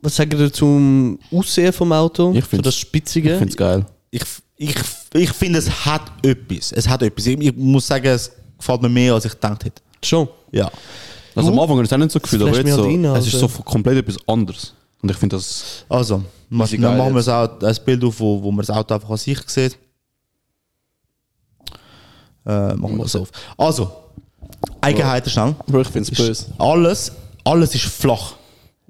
Speaker 2: Was sagt ihr zum Aussehen vom Auto?
Speaker 3: Ich find's-
Speaker 2: So das
Speaker 3: Ich
Speaker 2: Spitzige?
Speaker 3: find's geil.
Speaker 1: Ich, ich, ich finde, es hat etwas. Es hat etwas. Ich, ich muss sagen, es gefällt mir mehr, als ich gedacht hätte.
Speaker 2: Schon.
Speaker 1: Ja.
Speaker 3: Also am Anfang habe ich es auch nicht so gefühlt, aber
Speaker 2: flasht mich
Speaker 3: jetzt so,
Speaker 2: halt rein,
Speaker 3: es ist
Speaker 2: Alter.
Speaker 3: so komplett etwas anderes. Und ich finde das...
Speaker 1: Also, mach-
Speaker 3: Ist egal
Speaker 1: dann machen wir
Speaker 3: jetzt.
Speaker 1: so ein ein Bild auf, wo, wo man das Auto einfach an sich sieht. Äh, machen wir das auf. Also, Eigenheiten schnell.
Speaker 3: Bro, ich finde
Speaker 1: Ist alles, alles ist flach.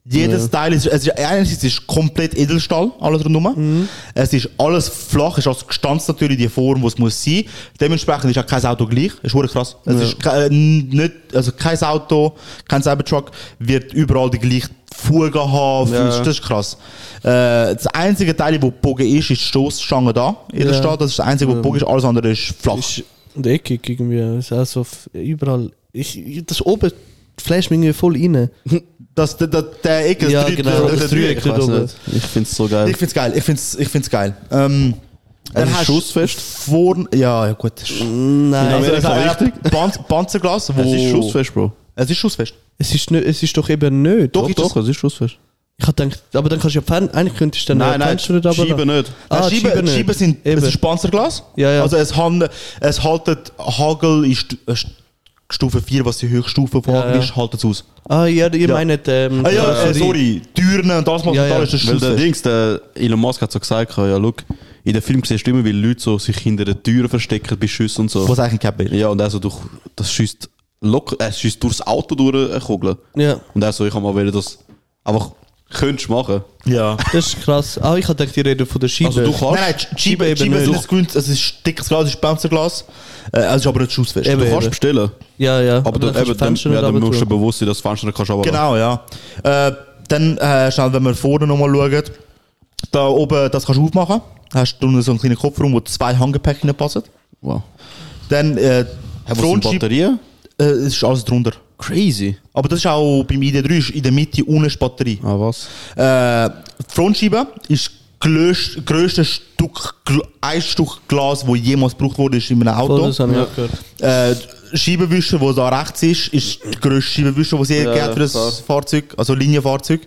Speaker 1: Jedes Teil ist, es ist, einerseits ist komplett Edelstahl, alles rundherum. Es ist alles flach, es ist alles gestanzt natürlich die Form, die es muss sein. Dementsprechend ist auch kein Auto gleich, ist hure krass. Es ist ke- äh, nicht, also kein Auto, kein Cybertruck wird überall die gleiche Fuge haben,
Speaker 3: Ja.
Speaker 1: Fuß, das ist krass. Äh, das einzige Teil, wo gebogen ist, ist die Stoßstange da, Edelstahl, das ist das einzige, wo gebogen ist, alles andere ist flach.
Speaker 2: Ist und eckig irgendwie. Ist auch so f- überall. Ich, ich- das oben flasht mich irgendwie voll rein.
Speaker 1: Das, der, der, der Eck, das
Speaker 2: Ja,
Speaker 1: Dreieck-
Speaker 2: genau,
Speaker 1: das
Speaker 2: das
Speaker 1: Dreieck.
Speaker 2: Dreieck.
Speaker 3: Ich weiß nicht. Ich finde es so geil.
Speaker 1: Ich find's geil, ich find's, ich find's geil. Ähm,
Speaker 3: Es
Speaker 1: dann
Speaker 3: ist
Speaker 1: hast
Speaker 3: schussfest.
Speaker 1: Vorn, ja, ja gut.
Speaker 2: Nein.
Speaker 1: Also, es
Speaker 3: Amerika
Speaker 1: hat
Speaker 3: richtig?
Speaker 1: ein Panz Panzerglas, wo...
Speaker 3: Es ist schussfest, Bro.
Speaker 1: Es ist schussfest.
Speaker 2: Es ist, nicht, es ist doch eben nicht.
Speaker 1: Doch,
Speaker 3: Doch,
Speaker 1: ist
Speaker 3: doch, es ist schussfest.
Speaker 2: Ich hab gedacht, aber dann kannst du ja Fen eigentlich könntest du dann
Speaker 3: Nein,
Speaker 2: ja
Speaker 3: nein,
Speaker 2: Fenster nicht
Speaker 3: Scheibe
Speaker 2: runterlassen.
Speaker 3: nicht.
Speaker 2: Ah,
Speaker 1: die Scheiben,
Speaker 2: Scheiben
Speaker 1: die
Speaker 2: nicht.
Speaker 1: Scheiben sind,
Speaker 2: Eben.
Speaker 1: es ist Panzerglas.
Speaker 2: Ja, ja.
Speaker 1: Also es, hand, es haltet Hagel in St- äh, St- Stufe 4, was die Höchststufe von
Speaker 2: Ja, ja.
Speaker 1: ist, haltet es aus.
Speaker 2: Ah, ja, ihr meinet. Ähm,
Speaker 1: Ah ja,
Speaker 2: äh,
Speaker 1: äh, sorry, Türen und das macht
Speaker 2: Ja,
Speaker 1: und
Speaker 2: ja.
Speaker 1: alles ist
Speaker 3: Weil
Speaker 1: das
Speaker 3: der
Speaker 1: Scheiße.
Speaker 3: Dings, der Elon Musk hat so gesagt, ja, look, in den Film siehst du immer, wie Leute so sich hinter den Türen verstecken bei Schüssen und so.
Speaker 1: Was eigentlich kein Bild.
Speaker 3: Ja, und er so durch, das schießt locker, es schießt durchs Auto durch eine Kugel.
Speaker 2: Ja,
Speaker 3: Und er so, ich kann mal wollen, das einfach könntest machen.
Speaker 1: Ja.
Speaker 2: das ist krass. Ah, ich hatte gedacht, ihr redet von der Scheibe.
Speaker 3: Also du kannst,
Speaker 1: Nein, nein,
Speaker 2: Schiebe
Speaker 1: Schiebe,
Speaker 2: eben
Speaker 1: Schiebe ist
Speaker 2: nicht.
Speaker 1: ein grünes, es ist dickes Glas, es ist Bouncerglas. Äh, es ist aber nicht schussfest.
Speaker 2: Eben.
Speaker 3: du kannst bestellen,
Speaker 2: ja, ja.
Speaker 3: aber,
Speaker 2: dann
Speaker 3: dann,
Speaker 2: kannst
Speaker 3: eben,
Speaker 2: du
Speaker 3: dann,
Speaker 2: Fenster
Speaker 3: ja,
Speaker 2: nicht
Speaker 3: dann musst du
Speaker 2: runter tun.
Speaker 3: bewusst sein, dass das Fenster nicht kannst runter-
Speaker 1: Genau, ja. Äh, dann, äh, schnell, wenn wir vorne nochmal schauen, da oben, das kannst du aufmachen. Hast du unten so einen kleinen Kopfraum, wo zwei Handgepäck reinpassen.
Speaker 3: Wow.
Speaker 1: Dann, äh,
Speaker 3: Hey, was sind
Speaker 1: Frontschiebe,
Speaker 3: Batterien?
Speaker 1: äh, es ist alles drunter.
Speaker 3: Crazy.
Speaker 1: Aber das ist auch beim ID3, ist in der Mitte ohne Batterie.
Speaker 3: Ah, was? Ah.
Speaker 1: Äh, die Frontscheibe ist das grösste Stück, Gl- ein Stück Glas, das jemals gebraucht wurde, ist in einem
Speaker 2: Oh,
Speaker 1: Auto.
Speaker 2: das habe ich auch gehört.
Speaker 1: Äh, die Scheibenwischer, die da rechts ist, ist die grösste Scheibenwischer, die es je
Speaker 3: Ja,
Speaker 1: gibt für das
Speaker 3: klar.
Speaker 1: Fahrzeug, also Linienfahrzeug.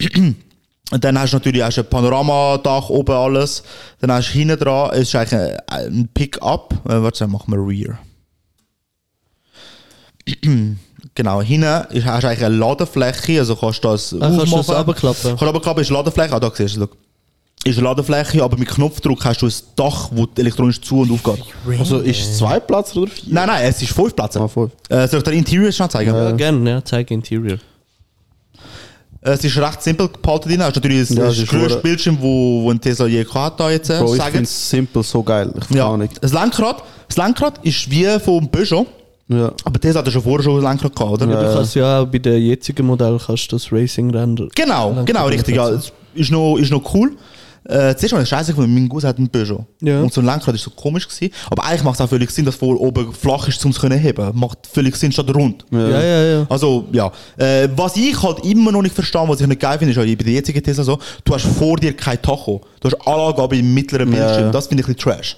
Speaker 1: Und dann hast du natürlich hast du ein Panoramadach oben alles. Dann hast du hinten dran, es ist eigentlich ein, ein Pick-up. Äh, warte, dann machen wir Rear. genau, hinten ist, hast du eigentlich eine Ladefläche, also kannst du das
Speaker 2: Ah, kannst du das runterklappen?
Speaker 1: Kannst du runterklappen, ist Ladefläche, ah, da siehst du, schau. Ist eine Ladefläche, aber mit Knopfdruck hast du ein Dach, wo elektronisch zu- und aufgeht.
Speaker 3: Also ist es zwei Plätze oder vier?
Speaker 1: Nein, nein, es ist fünf Plätze.
Speaker 3: Ah, fünf.
Speaker 1: Äh, soll ich dir Interior schon zeigen?
Speaker 2: Ja, gerne, ja, zeig Interior.
Speaker 1: Es ist recht simpel gepaltet drin. Hast natürlich das,
Speaker 4: Ja,
Speaker 1: das
Speaker 4: es ist
Speaker 1: größte
Speaker 4: hure-
Speaker 1: Bildschirm, wo, wo ein Tesla je gehabt hat, jetzt. äh,
Speaker 4: Bro, ich
Speaker 1: sagen.
Speaker 4: finde es simpel so geil. Ich
Speaker 1: ja.
Speaker 4: ja. nicht.
Speaker 1: Das Lenkrad, das Lenkrad ist wie vom Peugeot,
Speaker 4: Ja.
Speaker 1: aber Tesla hat ja schon vorher schon ein Lenkrad gehabt, oder?
Speaker 2: Du kannst ja auch bei den jetzigen Modellen kannst du das Racing Render.
Speaker 1: Genau, genau, richtig. Ja, es ist noch, ist noch cool. Äh, zuerst habe ich scheiße gefunden, mein Gus hat einen Peugeot.
Speaker 2: Ja.
Speaker 1: Und so ein Lenkrad ist so komisch gewesen. Aber eigentlich macht es auch völlig Sinn, dass vor oben flach ist, um es zu heben. Macht völlig Sinn statt rund.
Speaker 2: Ja, ja, ja.
Speaker 1: Also, ja. Äh, was ich halt immer noch nicht verstehe, was ich nicht geil finde, ist halt bei der jetzigen Tesla so, du hast vor dir kein Tacho. Du hast Anlage im mittleren Bildschirm.
Speaker 3: ja.
Speaker 1: Das finde ich ein bisschen trash.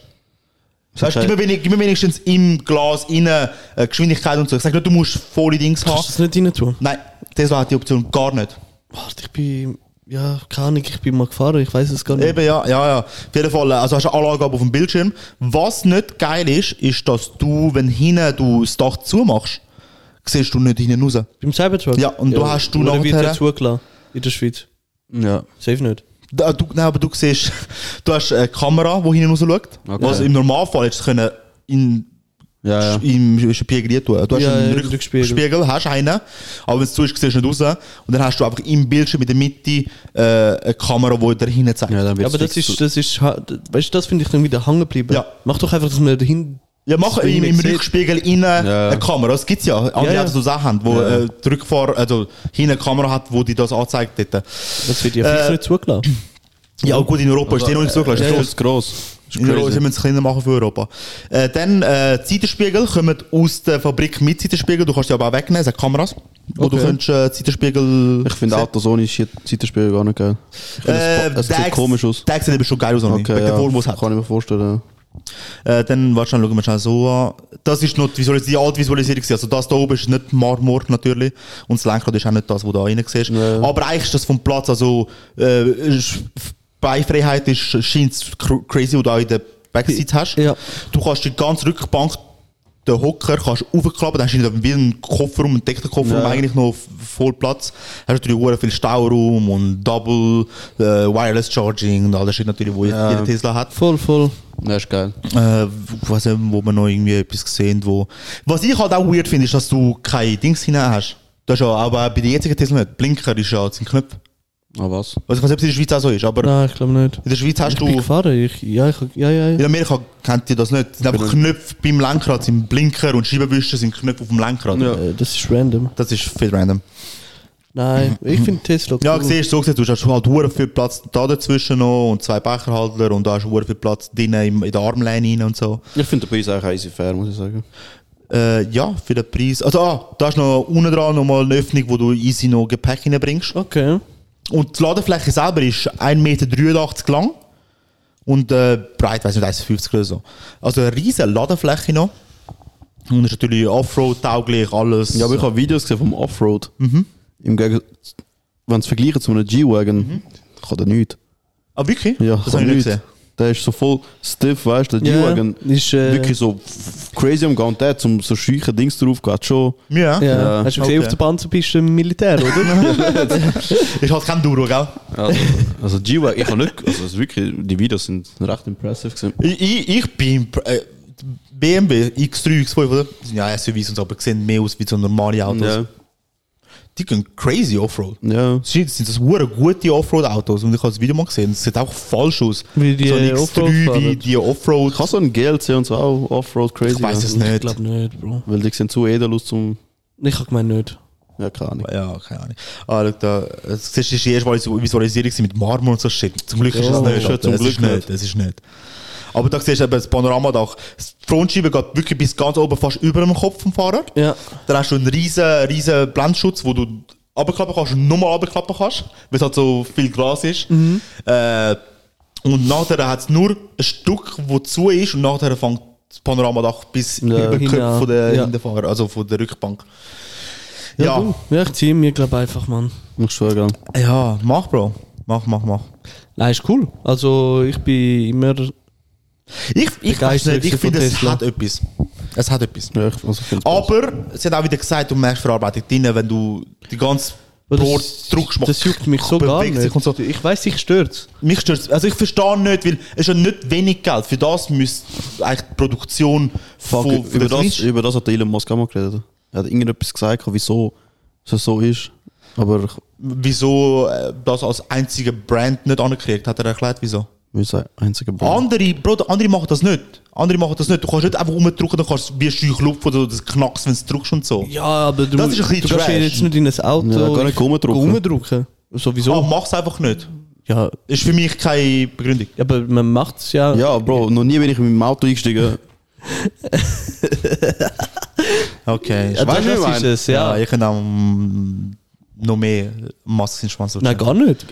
Speaker 1: Weißt,
Speaker 3: heißt-
Speaker 1: gib,
Speaker 2: halt
Speaker 1: mir wenig, gib mir wenigstens im Glas innen äh, Geschwindigkeit und so. Ich sage nicht, du musst volle Dings haben.
Speaker 2: Kannst du das nicht rein tun?
Speaker 1: Nein, Tesla hat die Option gar nicht.
Speaker 2: Warte, ich bin. Ja, keine Ahnung, ich bin mal gefahren, ich weiß es gar nicht.
Speaker 1: Eben, ja, ja, ja. Auf jeden Fall, äh, also hast du eine Anlage auf dem Bildschirm. Was nicht geil ist, ist, dass du, wenn hinten du das Dach zumachst, siehst du nicht hinten raus.
Speaker 2: Beim Cybertruck?
Speaker 1: Ja, und da hast du
Speaker 2: Oder wird
Speaker 1: nachher-
Speaker 2: der zugelassen? In der Schweiz.
Speaker 3: Ja.
Speaker 2: Safe nicht.
Speaker 1: Da, du, nein, aber du siehst, du hast eine Kamera, die hinten raus schaut.
Speaker 3: Okay.
Speaker 1: Was im Normalfall jetzt können in,
Speaker 3: Ja, ja.
Speaker 1: im Spiegel rein tun. Du hast
Speaker 2: Ja, ja,
Speaker 1: einen
Speaker 2: im Rückspiegel.
Speaker 1: Rückspiegel, hast einen, aber wenn es zu ist, siehst du nicht raus. Und dann hast du einfach im Bildschirm in der Mitte äh, eine Kamera, die dir hinten zeigt.
Speaker 3: Ja, dann
Speaker 2: Ja,
Speaker 3: wird's
Speaker 2: aber das
Speaker 3: fix
Speaker 2: ist, das ist, ha- d- weißt du, das finde ich dann wieder hängen geblieben.
Speaker 1: Ja.
Speaker 2: Mach doch einfach, dass man da hin.
Speaker 1: Ja, mach im, im Rückspiegel innen
Speaker 3: Ja.
Speaker 1: eine Kamera. Das gibt's ja. Andere
Speaker 2: Ja, ja.
Speaker 1: Autos auch haben, wo
Speaker 3: Ja.
Speaker 1: äh, die Rückfahr, also hinten eine Kamera hat, wo die das anzeigt. Dort.
Speaker 2: Das wird ja fix
Speaker 1: Äh,
Speaker 2: nicht zugelassen.
Speaker 1: Ja, gut, in Europa ist die noch nicht so
Speaker 3: Ist
Speaker 1: gelassen.
Speaker 3: gross,
Speaker 1: Ja,
Speaker 3: ist gross. Ist
Speaker 1: In Europa, sie
Speaker 3: crazy.
Speaker 1: müssen es kleiner machen für Europa. Äh, dann, äh, Zeitenspiegel kommen aus der Fabrik mit Zeitenspiegel. Du kannst die aber auch wegnehmen, es hat Kameras. Wo
Speaker 2: Okay.
Speaker 1: du könntest äh, Zeitenspiegel...
Speaker 3: Ich finde Autos ohne Shit- Zeitenspiegel gar nicht geil. Ich finde,
Speaker 1: Äh,
Speaker 3: es, es sieht komisch aus.
Speaker 1: Der sieht eben schon geil aus, okay, wegen der Form, die es hat.
Speaker 3: Kann ich mir vorstellen.
Speaker 1: Äh, dann, warte schnell, schauen wir schnell so an. Das ist noch die Visualis- die alte Visualisierung. gewesen. Also das da oben ist nicht Marmor natürlich. Und das Lenkrad ist auch nicht das, was du da rein siehst.
Speaker 3: Ja.
Speaker 1: Aber eigentlich ist das vom Platz, also äh, ist- Beifreiheit ist, scheint crazy, was du auch in der Backseat hast.
Speaker 2: Ja.
Speaker 1: Du kannst die ganze Rückbank, den Hocker, kannst aufklappen, dann hast du wieder einen Kofferraum, einen dicken Kofferraum,
Speaker 3: Ja.
Speaker 1: eigentlich noch f- voll Platz. Hast natürlich sehr viel Stauraum und Double, äh, Wireless Charging und all das Shit natürlich, wo
Speaker 3: Ja.
Speaker 1: jeder Tesla hat
Speaker 2: Voll, voll.
Speaker 3: Ja, ist geil.
Speaker 1: äh, was eben, wo man noch irgendwie etwas sehen, wo. Was ich halt auch weird finde, ist, dass du keine Dings hinein hast. Das ist ja, aber bei den jetzigen Tesla nicht. Blinker ist ja jetzt ein Knopf.
Speaker 3: Ah, was?
Speaker 1: Also ich weiß nicht, ob es in der Schweiz auch so ist, aber
Speaker 2: Nein, ich glaube nicht.
Speaker 1: in der Schweiz hast
Speaker 2: Ich bin
Speaker 1: du.
Speaker 2: gefahren, ich, ja, ich, ja, ja,
Speaker 1: In
Speaker 2: ja.
Speaker 1: Amerika kennt ihr das nicht. Es sind einfach Knöpfe beim Lenkrad, sind Blinker und Scheibenwischer sind Knöpfe auf dem Lenkrad.
Speaker 3: Ja.
Speaker 2: Äh, Das ist random.
Speaker 1: Das ist viel random.
Speaker 2: Nein, ich finde Tesla cool.
Speaker 1: Ja, siehst du, so gesehen, du hast halt hure viel Platz da dazwischen noch und zwei Becherhalter und da hast du hure viel Platz drinnen im- in der Armlehne rein und so.
Speaker 3: Ich finde den Preis eigentlich easy fair, muss ich sagen.
Speaker 1: Äh, ja, für den Preis. Also, ah, da ist noch unten dran nochmal eine Öffnung, wo du easy noch Gepäck reinbringst.
Speaker 2: Okay.
Speaker 1: Und die Ladefläche selber ist 1,83 Meter lang und äh, breit, weiß nicht, 1,50 oder so. Also eine riesige Ladefläche noch. Und ist natürlich Offroad-tauglich, alles.
Speaker 3: Ja, aber ich habe Videos gesehen vom Offroad.
Speaker 1: Mhm.
Speaker 3: Im Gegensatz, wenn es vergleichen zu einem G-Wagon, kann der nichts.
Speaker 1: ah, wirklich?
Speaker 3: Ja,
Speaker 1: Mhm. das
Speaker 3: kann
Speaker 1: habe ich nicht
Speaker 3: nichts.
Speaker 1: gesehen.
Speaker 3: Der ist so voll stiff, weißt du, der
Speaker 2: Ja,
Speaker 3: G-Wagon.
Speaker 2: ist, äh,
Speaker 3: wirklich so f- crazy umgegangen. Und der hat zum so scheuchen Dings drauf gehabt, schon.
Speaker 1: Ja.
Speaker 2: Ja. Hast du gesehen,
Speaker 1: Okay.
Speaker 2: auf der Panzerpiste im Militär, oder?
Speaker 1: Ist halt kein Duro, gell?
Speaker 3: Also, also G-Wag, ich habe nicht, also es ist wirklich, die Videos sind recht impressive gewesen.
Speaker 1: Ich, ich, ich bin äh, BMW X3, X5, oder? Das sind Ja, SUVs und so, aber sehen mehr aus wie so normale Autos.
Speaker 3: Ja,
Speaker 1: Die gehen crazy Offroad.
Speaker 3: ja.
Speaker 1: Das sind das sind so hure gute Offroad-Autos und ich habe das Video mal gesehen. Das sieht auch falsch aus.
Speaker 2: Wie die
Speaker 1: so ein
Speaker 2: Offroad
Speaker 1: X3, wie
Speaker 2: fahren.
Speaker 1: die Offroad.
Speaker 3: Kann so ein GLC und so auch Offroad crazy
Speaker 1: Ich weiß es
Speaker 3: machen?
Speaker 1: nicht.
Speaker 2: glaube nicht, Bro.
Speaker 3: Weil die sehen zu edel aus zum,
Speaker 2: Ich habe gemeint nicht.
Speaker 3: ja keine Ahnung.
Speaker 1: Ja, keine Ahnung. Ah, schau da. Das siehst du, das ist die erste Visualis- Visualisierung mit Marmor und so Shit. Zum Glück ist
Speaker 3: Ja,
Speaker 1: das nicht.
Speaker 3: schon,
Speaker 1: Alter.
Speaker 3: zum
Speaker 1: es
Speaker 3: Glück
Speaker 1: ist nicht.
Speaker 3: nicht.
Speaker 1: Es ist nicht. Aber da siehst du eben das Panoramadach. Das Die Frontscheibe geht wirklich bis ganz oben, fast über dem Kopf vom Fahrer.
Speaker 2: Ja.
Speaker 1: Dann hast du einen riesen, riesen Blendschutz, wo du abklappen kannst und nochmal abklappen kannst, weil es halt so viel Glas ist.
Speaker 2: Mhm.
Speaker 1: Äh, und nachher hat es nur ein Stück, wo zu ist und nachher fängt das Panoramadach bis über den
Speaker 2: hinein.
Speaker 1: Kopf von der
Speaker 2: Ja.
Speaker 1: Hinterfahrer, also von der Rückbank.
Speaker 2: Ja,
Speaker 1: Ja.
Speaker 2: du. ja ich ziehe mir, glaube einfach, Mann.
Speaker 3: Muss schon gell.
Speaker 1: Ja, mach, Bro. Mach, mach, mach.
Speaker 2: Nein, ist cool. Also, ich bin immer.
Speaker 1: Ich, ich weiß
Speaker 2: Begeistert
Speaker 1: nicht, ich
Speaker 2: von
Speaker 1: finde, es
Speaker 2: Tesla.
Speaker 1: hat etwas. Es hat etwas.
Speaker 3: Ja, ich, also, ich find's cool.
Speaker 1: Aber es hat auch wieder gesagt, du merkst Verarbeitung drin, wenn du die ganze
Speaker 2: Das-
Speaker 1: Brot drückst.
Speaker 2: Das juckt mich so gar
Speaker 1: bewegt sich
Speaker 2: nicht.
Speaker 1: und so.
Speaker 2: Ich weiß, ich stört.
Speaker 1: Mich stört's. Also ich verstehe nicht, weil es ist ja nicht wenig Geld. Für das müsste eigentlich die Produktion von,
Speaker 3: Fuck,
Speaker 1: von
Speaker 3: über,
Speaker 1: der
Speaker 3: das,
Speaker 1: Kleinst-
Speaker 3: über das hat der Elon Musk auch mal geredet. Er hat irgendetwas gesagt, wieso es so ist. Aber ich
Speaker 1: Wieso äh, das als einzige Brand nicht anerkriegt, hat er erklärt, wieso.
Speaker 3: will sagen, einziger Brand.
Speaker 1: Mhm. Andere, Bro, andere machen das nicht. Andere machen das nicht. Du kannst nicht einfach rumdrücken, dann kannst du wie ein Scheuchlupf oder das knackst, wenn du drückst und so.
Speaker 2: Ja, aber du,
Speaker 1: Das ist ein bisschen
Speaker 2: du gehst
Speaker 1: Trash.
Speaker 2: jetzt nicht in ein Auto.
Speaker 3: Ja, gar nicht rumdrücken.
Speaker 2: Rumdrücken. Sowieso.
Speaker 1: Ah, mach's einfach nicht.
Speaker 2: Ja,
Speaker 1: Ist für mich keine Begründung.
Speaker 2: aber man macht es ja.
Speaker 3: Ja, Bro, noch nie bin ich mit dem Auto eingestiegen.
Speaker 1: Okay.
Speaker 2: Ja,
Speaker 3: Weißt
Speaker 2: das
Speaker 3: du, was ich
Speaker 2: ist
Speaker 3: meine?
Speaker 2: es, ja.
Speaker 1: ich kann auch mm, noch mehr Masken in den Schwanz
Speaker 2: Nein, gar nicht.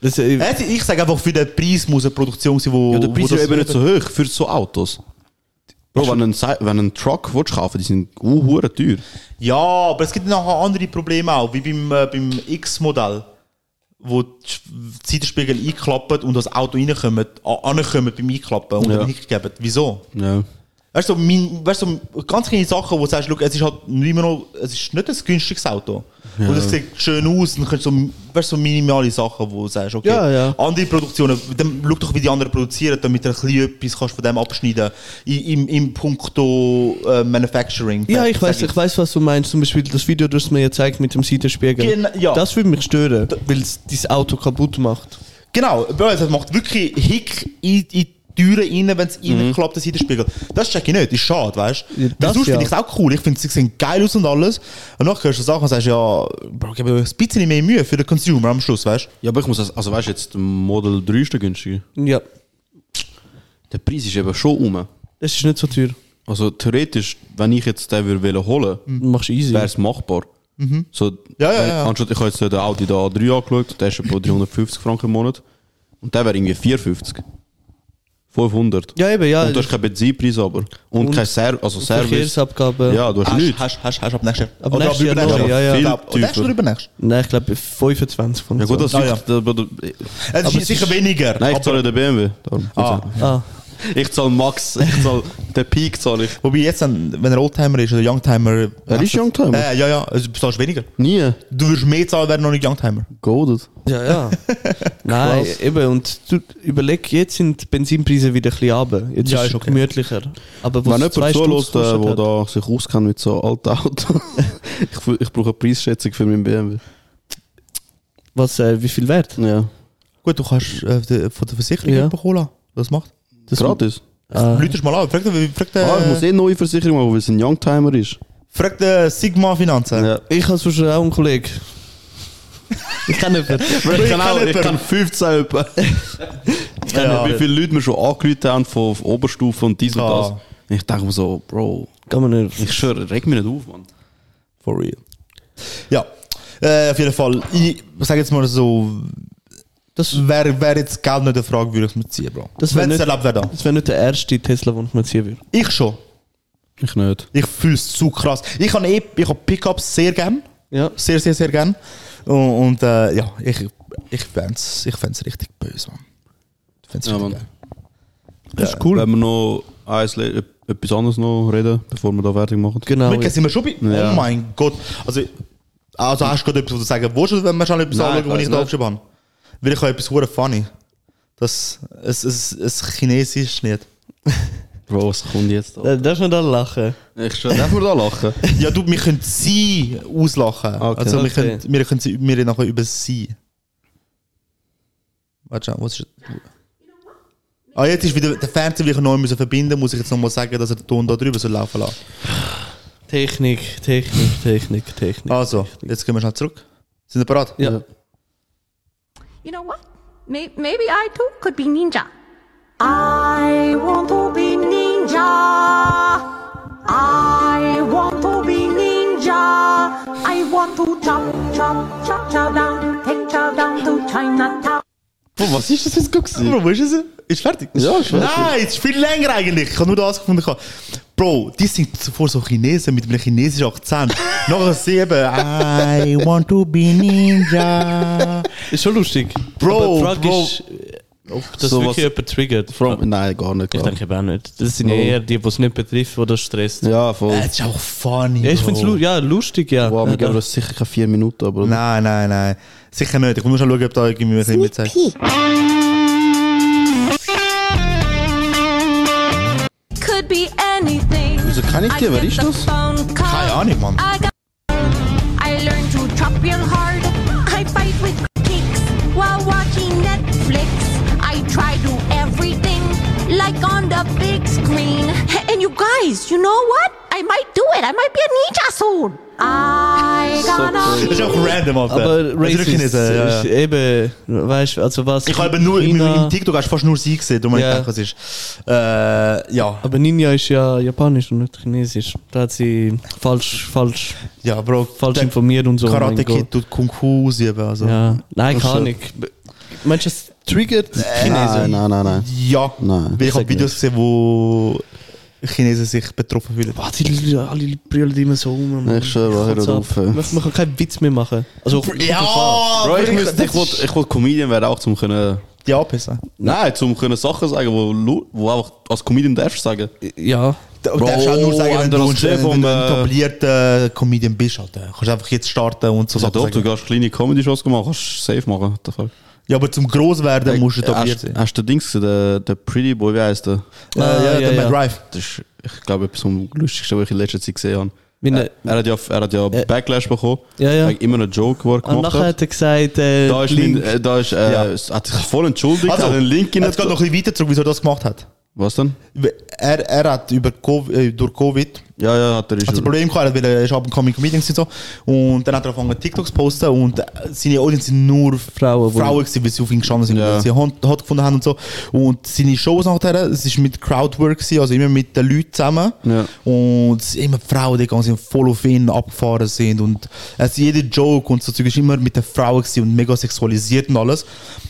Speaker 2: Das, äh,
Speaker 1: Äh, Ich sage einfach, für den Preis muss eine Produktion sein, wo,
Speaker 3: Ja, der Preis
Speaker 1: wo
Speaker 3: ist
Speaker 1: das-
Speaker 3: eben nicht so hoch für so Autos. Bro, wenn du einen, Si- wenn du einen Truck willst kaufen die sind uh, teuer.
Speaker 1: Ja, aber es gibt nachher andere Probleme auch, wie beim, äh, beim X-Modell, wo die Sch- die Seitenspiegel einklappen und das Auto reinkommt, a- ankommen beim Einklappen und
Speaker 3: Ja.
Speaker 1: dann hingeben. Wieso?
Speaker 3: Ja.
Speaker 1: Weißt du, mein, weißt du, ganz kleine Sachen, wo du sagst, schau, es ist halt immer noch, es ist nicht ein günstiges Auto. Und es sieht schön aus, dann kannst du so, weißt du, so minimale Sachen, wo du sagst, okay,
Speaker 2: Ja, ja.
Speaker 1: andere Produktionen, dann schau doch, wie die anderen produzieren, damit du ein bisschen etwas kannst von dem abschneiden kannst, im, im Punkto äh, Manufacturing.
Speaker 2: ja, ich
Speaker 1: äh, sag
Speaker 2: weiß, ich weiß, was du meinst. Zum Beispiel das Video, das du mir gezeigt mit dem Seitenspiegel.
Speaker 1: Genau, ja.
Speaker 2: Das würde mich stören, weil es dein Auto kaputt macht.
Speaker 1: Genau, Bro, das macht wirklich Hick in, in die Türe rein, wenn es reinklappt, der Seitenspiegel. Das check ich nicht, ist schade, weißt du?
Speaker 2: Mhm. Ja, das
Speaker 1: Weil sonst
Speaker 2: ja.
Speaker 1: finde ich es auch cool, ich finde, sie sehen geil aus und alles. Und nachher hörst du Sachen und sagst, ja, Bro, gib mir ein bisschen mehr Mühe für den Consumer am Schluss, weißt du?
Speaker 3: Ja, aber ich muss, das- also weißt du, jetzt der Model 3 ist der günstiger.
Speaker 2: Ja.
Speaker 3: Der Preis ist eben schon um.
Speaker 2: Das ist nicht so teuer.
Speaker 3: Also theoretisch, wenn ich jetzt den würde wollen holen
Speaker 2: Du machst easy.
Speaker 3: wäre es machbar. So,
Speaker 1: Ja, ja,
Speaker 3: wenn-
Speaker 1: ja.
Speaker 3: Anstatt ich habe jetzt den Audi da A3 angeschaut, der ist etwa 350 Franken im Monat. Und der wäre irgendwie 450. 500.
Speaker 2: Ja, eben, ja.
Speaker 3: Und du hast keinen Benzinpreis aber. Und, kein Ser also Service.
Speaker 2: Verkehrsabgabe.
Speaker 3: Ja, du hast nichts.
Speaker 1: Hast, hast, hast ab nächstes Jahr.
Speaker 2: Ab nächstes Jahr
Speaker 1: übernächstes
Speaker 2: noch, ja, ja.
Speaker 1: Ich glaub,
Speaker 3: Viel
Speaker 1: Nächstes
Speaker 3: tiefer.
Speaker 1: oder übernächstes?
Speaker 2: Nein, ich glaube 25 von
Speaker 3: Ja gut, das
Speaker 1: Ah,
Speaker 3: ist
Speaker 1: ja.
Speaker 3: das- das- das-
Speaker 1: Es
Speaker 2: Aber
Speaker 1: ist
Speaker 2: es
Speaker 1: sicher
Speaker 2: ist-
Speaker 1: weniger.
Speaker 3: Nein, ich
Speaker 1: aber-
Speaker 3: zahle den BMW. Darum.
Speaker 1: Ah.
Speaker 2: Ah,
Speaker 3: Ich zahle Max, ich zahle den Peak zahle ich.
Speaker 1: Wobei jetzt, dann, wenn er Oldtimer ist oder Youngtimer...
Speaker 3: Er ist Youngtimer?
Speaker 1: Äh, ja, ja, also du zahlst weniger.
Speaker 3: Nie.
Speaker 1: Du würdest mehr zahlen, wäre noch nicht Youngtimer.
Speaker 3: Goldet.
Speaker 2: ja, ja. Nein, eben. Und du überleg, jetzt sind die Benzinpreise wieder ein bisschen runter. Jetzt
Speaker 1: Ja,
Speaker 2: ist
Speaker 1: ist
Speaker 2: es
Speaker 1: okay.
Speaker 2: gemütlicher. Aber wo
Speaker 3: Wenn
Speaker 2: es zwei
Speaker 3: jemand zulässt,
Speaker 2: Stutz
Speaker 3: der
Speaker 2: gekostet
Speaker 3: wo
Speaker 2: hat.
Speaker 3: da sich auskennt mit so alten Autos, ich, will- ich brauche eine Preisschätzung für meinen BMW.
Speaker 2: Was, äh, wie viel wert?
Speaker 3: Ja.
Speaker 1: Gut, du kannst äh, de- von der Versicherung
Speaker 2: Ja.
Speaker 1: ja. bekommen. Das macht.
Speaker 3: Das Gratis.
Speaker 2: Ah.
Speaker 1: Leute mal an, frag den, frag den,
Speaker 3: ah, ich muss eh eine neue Versicherung machen, weil es ein Youngtimer ist.
Speaker 1: frag den Sigma Finanzen.
Speaker 3: Ja.
Speaker 2: Ich habe sonst auch einen Kollegen. Ich kenne jemanden.
Speaker 1: Ich kann auch- ich kann
Speaker 3: 15 etwa. Ich kenne
Speaker 1: Ja.
Speaker 3: wie viele Leute mir schon angerufen haben von, von Oberstufe und dies und das.
Speaker 1: Ah.
Speaker 3: Ich denke mir so, Bro,
Speaker 2: Kann man nicht.
Speaker 3: ich schwöre, reg mich nicht auf, Mann.
Speaker 1: For real. Ja, äh, auf jeden Fall. Ich sag jetzt mal so,
Speaker 2: Das,
Speaker 1: wäre wär jetzt Geld nicht eine Frage, würde ich es mir ziehen, Bro.
Speaker 2: Das wär
Speaker 1: Wenn es
Speaker 2: nicht-
Speaker 1: erlaubt wäre, dann.
Speaker 2: das wäre nicht der erste Tesla, den ich mir ziehen würde.
Speaker 1: Ich schon.
Speaker 3: Ich nicht.
Speaker 1: Ich fühle es zu krass. Ich habe eh, ich hab Pickups sehr gern.
Speaker 2: Ja.
Speaker 1: Sehr, sehr, sehr gern. Und, und äh, ja, ich, ich fände es ich fänd's richtig böse, Mann. Ich fänd's
Speaker 3: Ja,
Speaker 1: richtig
Speaker 3: Mann.
Speaker 1: geil.
Speaker 2: Das ist cool.
Speaker 3: Wenn wir noch eins le- äh, etwas anderes noch reden, bevor wir da fertig machen?
Speaker 2: Genau.
Speaker 1: Wirklich, sind wir schon bei.
Speaker 3: Ja.
Speaker 1: Oh mein Gott. Also, also hast du gerade etwas, was du sagen willst, oder wenn wir schon etwas
Speaker 3: Nein,
Speaker 1: anschauen,
Speaker 3: ich
Speaker 1: was ich da
Speaker 3: weiß
Speaker 1: aufgeschrieben habe? Weil ich habe etwas hure funny. Das es es es chinesisch nicht.
Speaker 3: Bro, was kommt jetzt da?
Speaker 2: Da Äh, darf man da lachen.
Speaker 3: Ich schon. Darf man da lachen?
Speaker 1: Ja, du, wir können sie auslachen.
Speaker 3: Okay.
Speaker 1: Also wir
Speaker 2: Okay.
Speaker 1: können wir können sie wir reden nachher über sie. Warte schon, was ist Ah, jetzt ist wieder der Fernseher, den ich neu müssen verbinden muss ich jetzt nochmal sagen, dass er den Ton da drüber soll laufen lassen.
Speaker 2: Technik, Technik, Technik, Technik.
Speaker 1: Also, jetzt gehen wir schnell zurück. Sind wir bereit?
Speaker 2: Ja.
Speaker 4: You know what? May- Maybe I too could be ninja. I want to be ninja. I want to be ninja. I want to chop, chop, chop, chop down, take chop down to Chinatown.
Speaker 3: Bro, was ist das jetzt gerade gewesen?
Speaker 1: Bro, wo ist es? Ist fertig?
Speaker 3: Ja, ist fertig.
Speaker 1: Nein, es ist viel länger eigentlich. Ich habe nur das gefunden. gehabt. Bro, die sind zuvor so Chinesen mit einem chinesischen Akzent. Nachher sieben. I want to be ninja.
Speaker 2: Ist schon lustig.
Speaker 1: Bro,
Speaker 2: Aber die Frage
Speaker 1: Bro.
Speaker 2: ist, äh, ob das
Speaker 3: So
Speaker 2: wirklich
Speaker 3: was-
Speaker 2: jemand triggert.
Speaker 3: From, nein, gar nicht.
Speaker 2: Ich
Speaker 3: gar
Speaker 2: denke eben auch nicht. Das sind ja eher die, die es nicht betrifft, die das stresst.
Speaker 3: nicht. Ja, voll.
Speaker 1: Das ist auch funny.
Speaker 2: Ja, ich
Speaker 1: Bro.
Speaker 2: finde es ja, lustig, ja.
Speaker 3: Wow, wir
Speaker 2: ja,
Speaker 3: geben das sicher keine vier Minuten, aber
Speaker 1: Nein, nein, nein. Sicher nicht. Ich muss schon schauen, ob da irgendwie was mitzeigt.
Speaker 4: Could be anything.
Speaker 3: Wieso kann ich dir? Wer ist das?
Speaker 1: Keine Ahnung, Mann.
Speaker 4: I got- I learned to chop real hard. I fight with kicks while watching Netflix. I try do everything like on the big screen. And you guys, you know what? I might do it. I might be a ninja soon. I gonna
Speaker 1: Das ist auch random, Alter. Das
Speaker 3: Also
Speaker 2: Aber
Speaker 1: sind wirklich
Speaker 2: Racist ist
Speaker 3: äh,
Speaker 1: Chinesen, ja, ja.
Speaker 2: eben, weißt du, also was.
Speaker 1: Ich habe eben nur im,
Speaker 2: China-
Speaker 1: im TikTok hast du fast nur sie gesehen, darum
Speaker 2: Ja.
Speaker 1: habe ich gedacht, was ist. Äh, ja.
Speaker 2: Aber Ninja ist ja japanisch und nicht chinesisch. Da hat sie falsch, falsch,
Speaker 1: Ja, Bro.
Speaker 2: falsch
Speaker 1: der
Speaker 2: informiert und so. oh
Speaker 1: Karate
Speaker 2: Mein Gott.
Speaker 1: Kid tut Kung Fu ausüben. Also.
Speaker 2: Ja. Nein,
Speaker 1: Das
Speaker 2: keine
Speaker 1: ist
Speaker 2: Ahnung. Meinst du, das triggert Also-
Speaker 3: Nein, nein, nein, nein.
Speaker 1: Ja,
Speaker 3: Nein.
Speaker 1: weil ich habe
Speaker 2: Sag
Speaker 1: Videos gesehen, wo Chinesen sich betroffen fühlen.
Speaker 2: Boah, Ah, die Leute, alle brüllen immer so rum. Mann.
Speaker 3: Ich schwöre, hör
Speaker 2: Kann's ab.
Speaker 3: auf, ey.
Speaker 2: Man man kann keinen Witz mehr machen. Also,
Speaker 3: Bro, ich,
Speaker 1: wirklich,
Speaker 3: müsste- ich,
Speaker 1: das
Speaker 3: wollt- ich wollte Comedian werden, auch zum können.
Speaker 1: ist- Ja, besser.
Speaker 3: Nein, zum können Sachen sagen, wo, lu- wo einfach als Comedian darfst du sagen.
Speaker 2: ja.
Speaker 1: Und Bro, darfst auch nur sagen, wenn du,
Speaker 3: anderes
Speaker 1: ein- wenn du
Speaker 3: Level,
Speaker 1: ein
Speaker 3: äh,
Speaker 1: etablierter Comedian bist. Alter. Du kannst einfach jetzt starten und so
Speaker 3: Also
Speaker 1: Sachen
Speaker 3: doch, du
Speaker 1: sagen.
Speaker 3: hast kleine Comedy-Shows gemacht, kannst safe machen. what the fuck.
Speaker 1: Ja, aber zum groß werden musst du etabliert
Speaker 3: hast,
Speaker 1: sein.
Speaker 3: hast du den Dings gesehen, der, der Pretty Boy, wie heißt der?
Speaker 1: Äh,
Speaker 2: Ah,
Speaker 1: ja,
Speaker 2: ja,
Speaker 1: der
Speaker 2: ja.
Speaker 1: Mad Drive.
Speaker 3: Das ist, ich glaube, etwas vom Lustigsten, was ich in letzter Zeit gesehen habe.
Speaker 2: Wie
Speaker 3: Er,
Speaker 2: ne-
Speaker 3: er hat ja, er hat ja
Speaker 2: Äh,
Speaker 3: Backlash bekommen.
Speaker 2: Ja, ja.
Speaker 3: Wegen Immer einen Joke, den er
Speaker 2: Und
Speaker 3: gemacht
Speaker 2: nachher
Speaker 3: hat.
Speaker 2: hat er gesagt, äh,
Speaker 3: Da ist,
Speaker 2: Link.
Speaker 3: mein, äh, da ist, äh,
Speaker 1: Ja.
Speaker 3: es hat sich voll entschuldigt,
Speaker 1: Also,
Speaker 3: hat einen Link in
Speaker 1: jetzt geht noch ein bisschen weiter zurück, wieso er das gemacht hat.
Speaker 3: Was denn?
Speaker 1: Er, er hat über Covid, äh, durch Covid
Speaker 3: Ja, ja, hat er
Speaker 1: hat ein
Speaker 3: ist.
Speaker 1: Also Problem gehabt, er hat wieder- er ist ab und zu mit Comedians und so. Und dann hat er angefangen, TikToks zu posten und äh, seine Audience sind nur
Speaker 2: Frauen, die-
Speaker 1: Frauen gewesen, weil sie auf ihn gestanden sind,
Speaker 3: Ja.
Speaker 1: weil sie Hand, Hand gefunden haben und so. Und seine Shows nachher, es ist mit Crowdwork gewesen, also immer mit den Leuten zusammen.
Speaker 3: Ja.
Speaker 1: Und es sind immer die Frauen, die gegangen sind, voll auf ihn abgefahren sind und also jeder Joke und so Zeug ist immer mit den Frauen gewesen und mega sexualisiert und alles.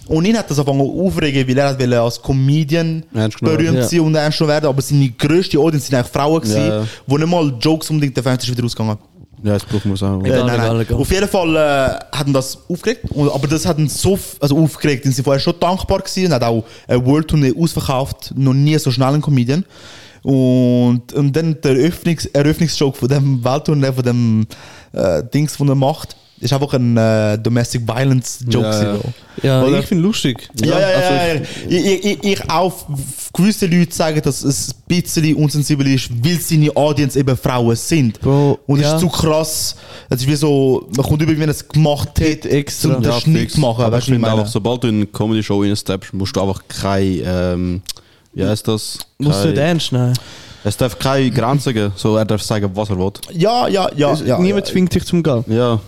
Speaker 1: Und ihn hat das angefangen aufregen, weil er hat wollte als Comedian
Speaker 3: Ernst genommen
Speaker 1: berühmt
Speaker 2: werden.
Speaker 1: sein und ernst genommen werden, aber seine grösste Audience sind eigentlich Frauen gewesen,
Speaker 3: Ja, ja.
Speaker 1: wo nicht mal Jokes unbedingt der Fernseher ist wieder rausgegangen.
Speaker 3: Ja, jetzt brauchen wir es auch.
Speaker 1: Äh,
Speaker 2: Egal,
Speaker 1: nein,
Speaker 2: egal,
Speaker 1: nein.
Speaker 2: egal.
Speaker 1: Auf jeden Fall äh, hat ihn das aufgeregt, und, aber das hat ihn so f- also aufgeregt, denn sie vorher schon dankbar gewesen und hat auch eine World Tournee ausverkauft, noch nie so schnell ein Comedian. Und, und dann der Eröffnungs Eröffnungsshow von dem Welttournee, von dem äh, Dings, von er macht, ist einfach ein äh, Domestic Violence Joke.
Speaker 3: Ja,
Speaker 1: gewesen,
Speaker 3: ja.
Speaker 1: Bro.
Speaker 2: Ja,
Speaker 1: Oder?
Speaker 2: ich finde lustig.
Speaker 1: Ja, ja, ja.
Speaker 2: Also,
Speaker 1: ja, ja. Ich, ich, ich, ich auch f- f- gewisse Leute sagen, dass es ein bisschen unsensibel ist, weil seine Audience eben Frauen sind.
Speaker 2: Bro,
Speaker 1: Und es
Speaker 2: ja.
Speaker 1: ist zu krass. Es ist wie so, man kommt über, wie wenn er es gemacht hätte,
Speaker 2: Extra.
Speaker 1: um den
Speaker 2: Ja,
Speaker 1: Schnitt zu machen.
Speaker 3: Aber
Speaker 1: Weißt du, wie ich
Speaker 3: finde
Speaker 1: meine?
Speaker 3: einfach, sobald du in eine Comedy-Show reinsteppst, musst du einfach kein, ähm, wie heißt das?
Speaker 2: Musst du nicht
Speaker 3: Kein-
Speaker 2: ernst nehmen.
Speaker 3: Es darf keine Grenzen geben, so er darf sagen, was er will.
Speaker 1: Ja, ja, ja. ja,
Speaker 2: Niemand
Speaker 1: ja.
Speaker 2: zwingt dich zum Gehen.
Speaker 3: Ja,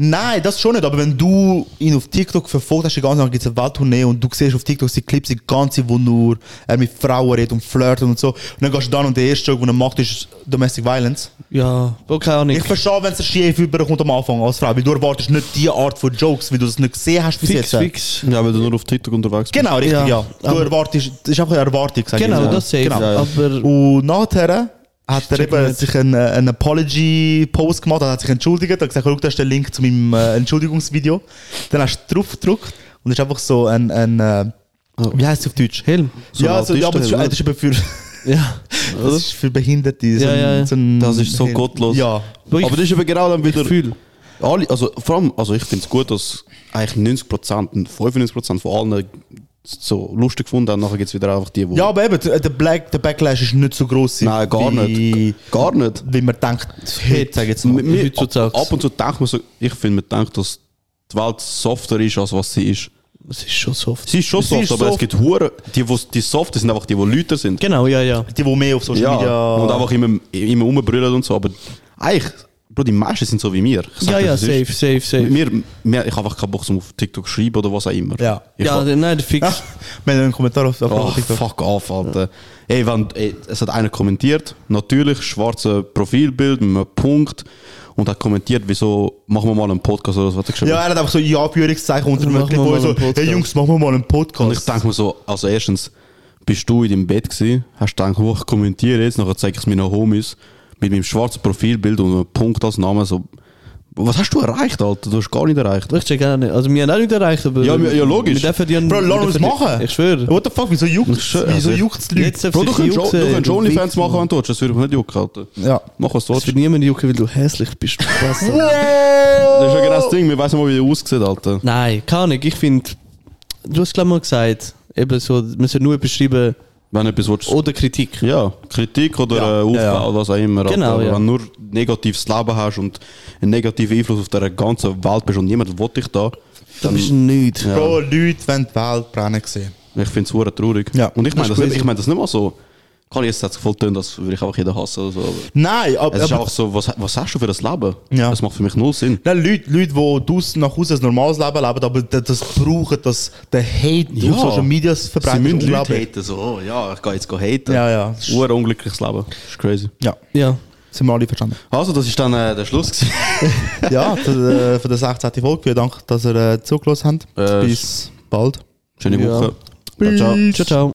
Speaker 1: Nein, das schon nicht. Aber wenn du ihn auf TikTok verfolgt hast, die ganze Zeit gibt es eine Welttournee und du siehst auf TikTok die Clips, die ganze, Zeit, wo nur er mit Frauen redet und flirtet und so. Und dann gehst du dann und der erste Joke, den er macht, ist Domestic Violence.
Speaker 2: Ja, aber keine Ahnung.
Speaker 1: Ich verstehe, wenn es schief überkommt am Anfang als Frau, weil du erwartest nicht die Art von Jokes, weil du das nicht gesehen hast bis
Speaker 2: fix,
Speaker 1: jetzt.
Speaker 2: fix.
Speaker 3: ja weil du nur auf TikTok unterwegs bist.
Speaker 1: Genau, richtig,
Speaker 2: Ja.
Speaker 1: ja. Du
Speaker 2: Aber-
Speaker 1: erwartest, das ist einfach eine Erwartung, sag
Speaker 2: Genau,
Speaker 1: ich mal.
Speaker 2: das safe.
Speaker 1: Genau.
Speaker 2: Ja, ja. Aber-
Speaker 1: Und nachher hat er
Speaker 2: Check
Speaker 1: eben
Speaker 2: nicht.
Speaker 1: sich einen, äh, einen Apology-Post gemacht, er hat sich entschuldigt, hat gesagt, schau, das ist der Link zu meinem äh, Entschuldigungsvideo. Dann hast du drauf gedrückt und es ist einfach so ein, ein äh, wie heißt es auf Deutsch?
Speaker 2: Helm.
Speaker 3: So ein
Speaker 1: ja, also, ja, aber das ist,
Speaker 3: Autistenhelm,
Speaker 1: äh, das ist eben für...
Speaker 2: Ja.
Speaker 1: Das ist für Behinderte. So
Speaker 2: Ja,
Speaker 1: ein-
Speaker 2: ja, ja.
Speaker 1: So ein
Speaker 3: Das ist so
Speaker 1: Behind-
Speaker 3: gottlos.
Speaker 1: Ja.
Speaker 2: Wo ich-
Speaker 3: aber das ist eben genau dann wieder.
Speaker 2: fühl.
Speaker 3: Alle, also, vor allem, also ich finde es gut, dass eigentlich 90%, 95% von allen es so lustig gefunden haben. Nachher gibt es wieder einfach die, die.
Speaker 1: Ja, aber eben, der, Black, der Backlash ist nicht so groß.
Speaker 3: Nein, gar
Speaker 1: wie,
Speaker 3: nicht. Gar nicht.
Speaker 1: Wie man denkt, heute, sag ich jetzt mal.
Speaker 3: Mit- mit-
Speaker 2: Heutzutage.
Speaker 3: Ab und zu denkt man so, ich finde, man denkt, dass die Welt softer ist, als was sie ist.
Speaker 2: Das ist schon so oft.
Speaker 3: Sie ist schon
Speaker 1: Sie
Speaker 3: soft,
Speaker 1: ist
Speaker 3: aber
Speaker 1: soft.
Speaker 3: es gibt Huren, die, die, die soft sind einfach die, die Leute sind.
Speaker 2: Genau, ja, ja.
Speaker 1: Die, die mehr auf Social
Speaker 3: Ja,
Speaker 1: Media.
Speaker 3: und einfach immer, immer rumbrüllen und so, aber eigentlich, Bro, die meisten sind so wie mir. Ich sag
Speaker 2: Ja,
Speaker 3: dir,
Speaker 2: ja,
Speaker 3: das
Speaker 2: safe,
Speaker 3: ist-
Speaker 2: safe, safe.
Speaker 3: Mir, mir, ich habe einfach keinen Bock zum auf TikTok schreiben oder was auch immer.
Speaker 1: Ja.
Speaker 3: Ich
Speaker 2: ja,
Speaker 3: hab-
Speaker 2: nein, der Fix.
Speaker 1: Ja, Ah, wir haben einen Kommentar auf, auf
Speaker 3: Oh,
Speaker 1: TikTok.
Speaker 3: fuck off, Alter. Ey, wenn, ey, es hat einer kommentiert, natürlich, schwarzes Profilbild mit einem Punkt und hat kommentiert, wieso machen wir mal einen Podcast oder so, was ich geschrieben
Speaker 1: Ja, er hat einfach so ja Anführungszeichen unter dem
Speaker 2: Machen wir
Speaker 1: Clip, wo
Speaker 2: mal
Speaker 1: er so,
Speaker 2: einen Podcast.
Speaker 1: hey Jungs, machen wir mal einen
Speaker 3: Und
Speaker 1: Podcast.
Speaker 3: ich denke mir so, also erstens, bist du in deinem Bett gewesen, hast gedacht, oh, ich kommentiere jetzt, nachher zeige ich es meinen Homies mit meinem schwarzen Profilbild und einem Punkt als Name, so, was hast du erreicht, Alter? Du hast gar nicht erreicht.
Speaker 2: Ich check auch nicht. Also, wir haben auch nicht erreicht, aber.
Speaker 3: Ja, wir- ja, logisch.
Speaker 2: Wir dürfen ja
Speaker 1: Bro,
Speaker 2: wir
Speaker 1: lass uns
Speaker 2: dürfen-
Speaker 1: machen.
Speaker 2: Ich schwöre.
Speaker 1: What the fuck, wieso juckt
Speaker 3: Ich schwör,
Speaker 1: Wieso
Speaker 3: also ich-
Speaker 1: juckt es die Leute?
Speaker 2: Jetzt-
Speaker 3: Bro, du
Speaker 2: sich
Speaker 3: könntest, jo-
Speaker 2: jucken,
Speaker 3: du könntest
Speaker 2: du
Speaker 3: Onlyfans
Speaker 2: Wichser.
Speaker 3: machen, wenn du willst, das würde mich nicht jucken, Alter.
Speaker 1: Ja.
Speaker 3: Mach was du
Speaker 2: Es
Speaker 3: willst.
Speaker 2: wird niemand jucken, weil du hässlich bist. Krass.
Speaker 3: Das ist ja genau das Ding, wir wissen mal, wie der aussieht, Alter.
Speaker 2: Nein, keine Ahnung. Ich finde, du hast glaube mal gesagt, eben so, man soll nur beschreiben
Speaker 3: Wenn du etwas willst,
Speaker 2: oder Kritik.
Speaker 3: Ja, Kritik oder
Speaker 1: Ja.
Speaker 3: äh, Aufbau,
Speaker 1: Ja, ja.
Speaker 3: was auch immer. Alter.
Speaker 2: Genau,
Speaker 3: Aber
Speaker 2: ja.
Speaker 3: Wenn du nur negatives Leben hast und einen negativen Einfluss auf der ganzen Welt bist und niemand will dich da,
Speaker 2: Da bist du nicht.
Speaker 3: Ja.
Speaker 1: Bro, Leute wollen die Welt brennen sehen.
Speaker 3: ich finde es hure traurig.
Speaker 1: Ja.
Speaker 3: Und ich
Speaker 1: Das
Speaker 3: meine
Speaker 1: ist
Speaker 3: das,
Speaker 1: crazy.
Speaker 3: ich mein das nicht mal so. Kann ich jetzt jetzt voll tun, das würde ich einfach jeden hassen oder so. Aber
Speaker 1: Nein, ab-
Speaker 3: es ist
Speaker 1: aber...
Speaker 3: einfach so, was, was hast du für das Leben?
Speaker 1: Ja.
Speaker 3: Das macht für mich null Sinn.
Speaker 1: Nein, Leute, Leute, die draussen nach Hause ein normales Leben leben, aber das, das brauchen, dass der Hate
Speaker 3: Ja.
Speaker 1: auf Social Media verbreitet
Speaker 3: Sie
Speaker 1: ist,
Speaker 3: müssen Leute
Speaker 1: unglaublich.
Speaker 3: haten, so, oh, ja, ich gehe jetzt go haten.
Speaker 1: Ja, ja.
Speaker 3: Hure unglückliches Leben. Das ist crazy.
Speaker 1: Ja,
Speaker 2: Ja.
Speaker 1: sind wir alle verstanden.
Speaker 3: Also, das ist dann äh, der Schluss. gewesen.
Speaker 1: ja, das, äh, für die 16. Folge. Vielen Dank, dass ihr äh, zugelassen habt.
Speaker 3: Äh,
Speaker 1: Bis bald.
Speaker 3: Schöne
Speaker 2: Ja.
Speaker 3: Woche.
Speaker 2: Ciao, ciao.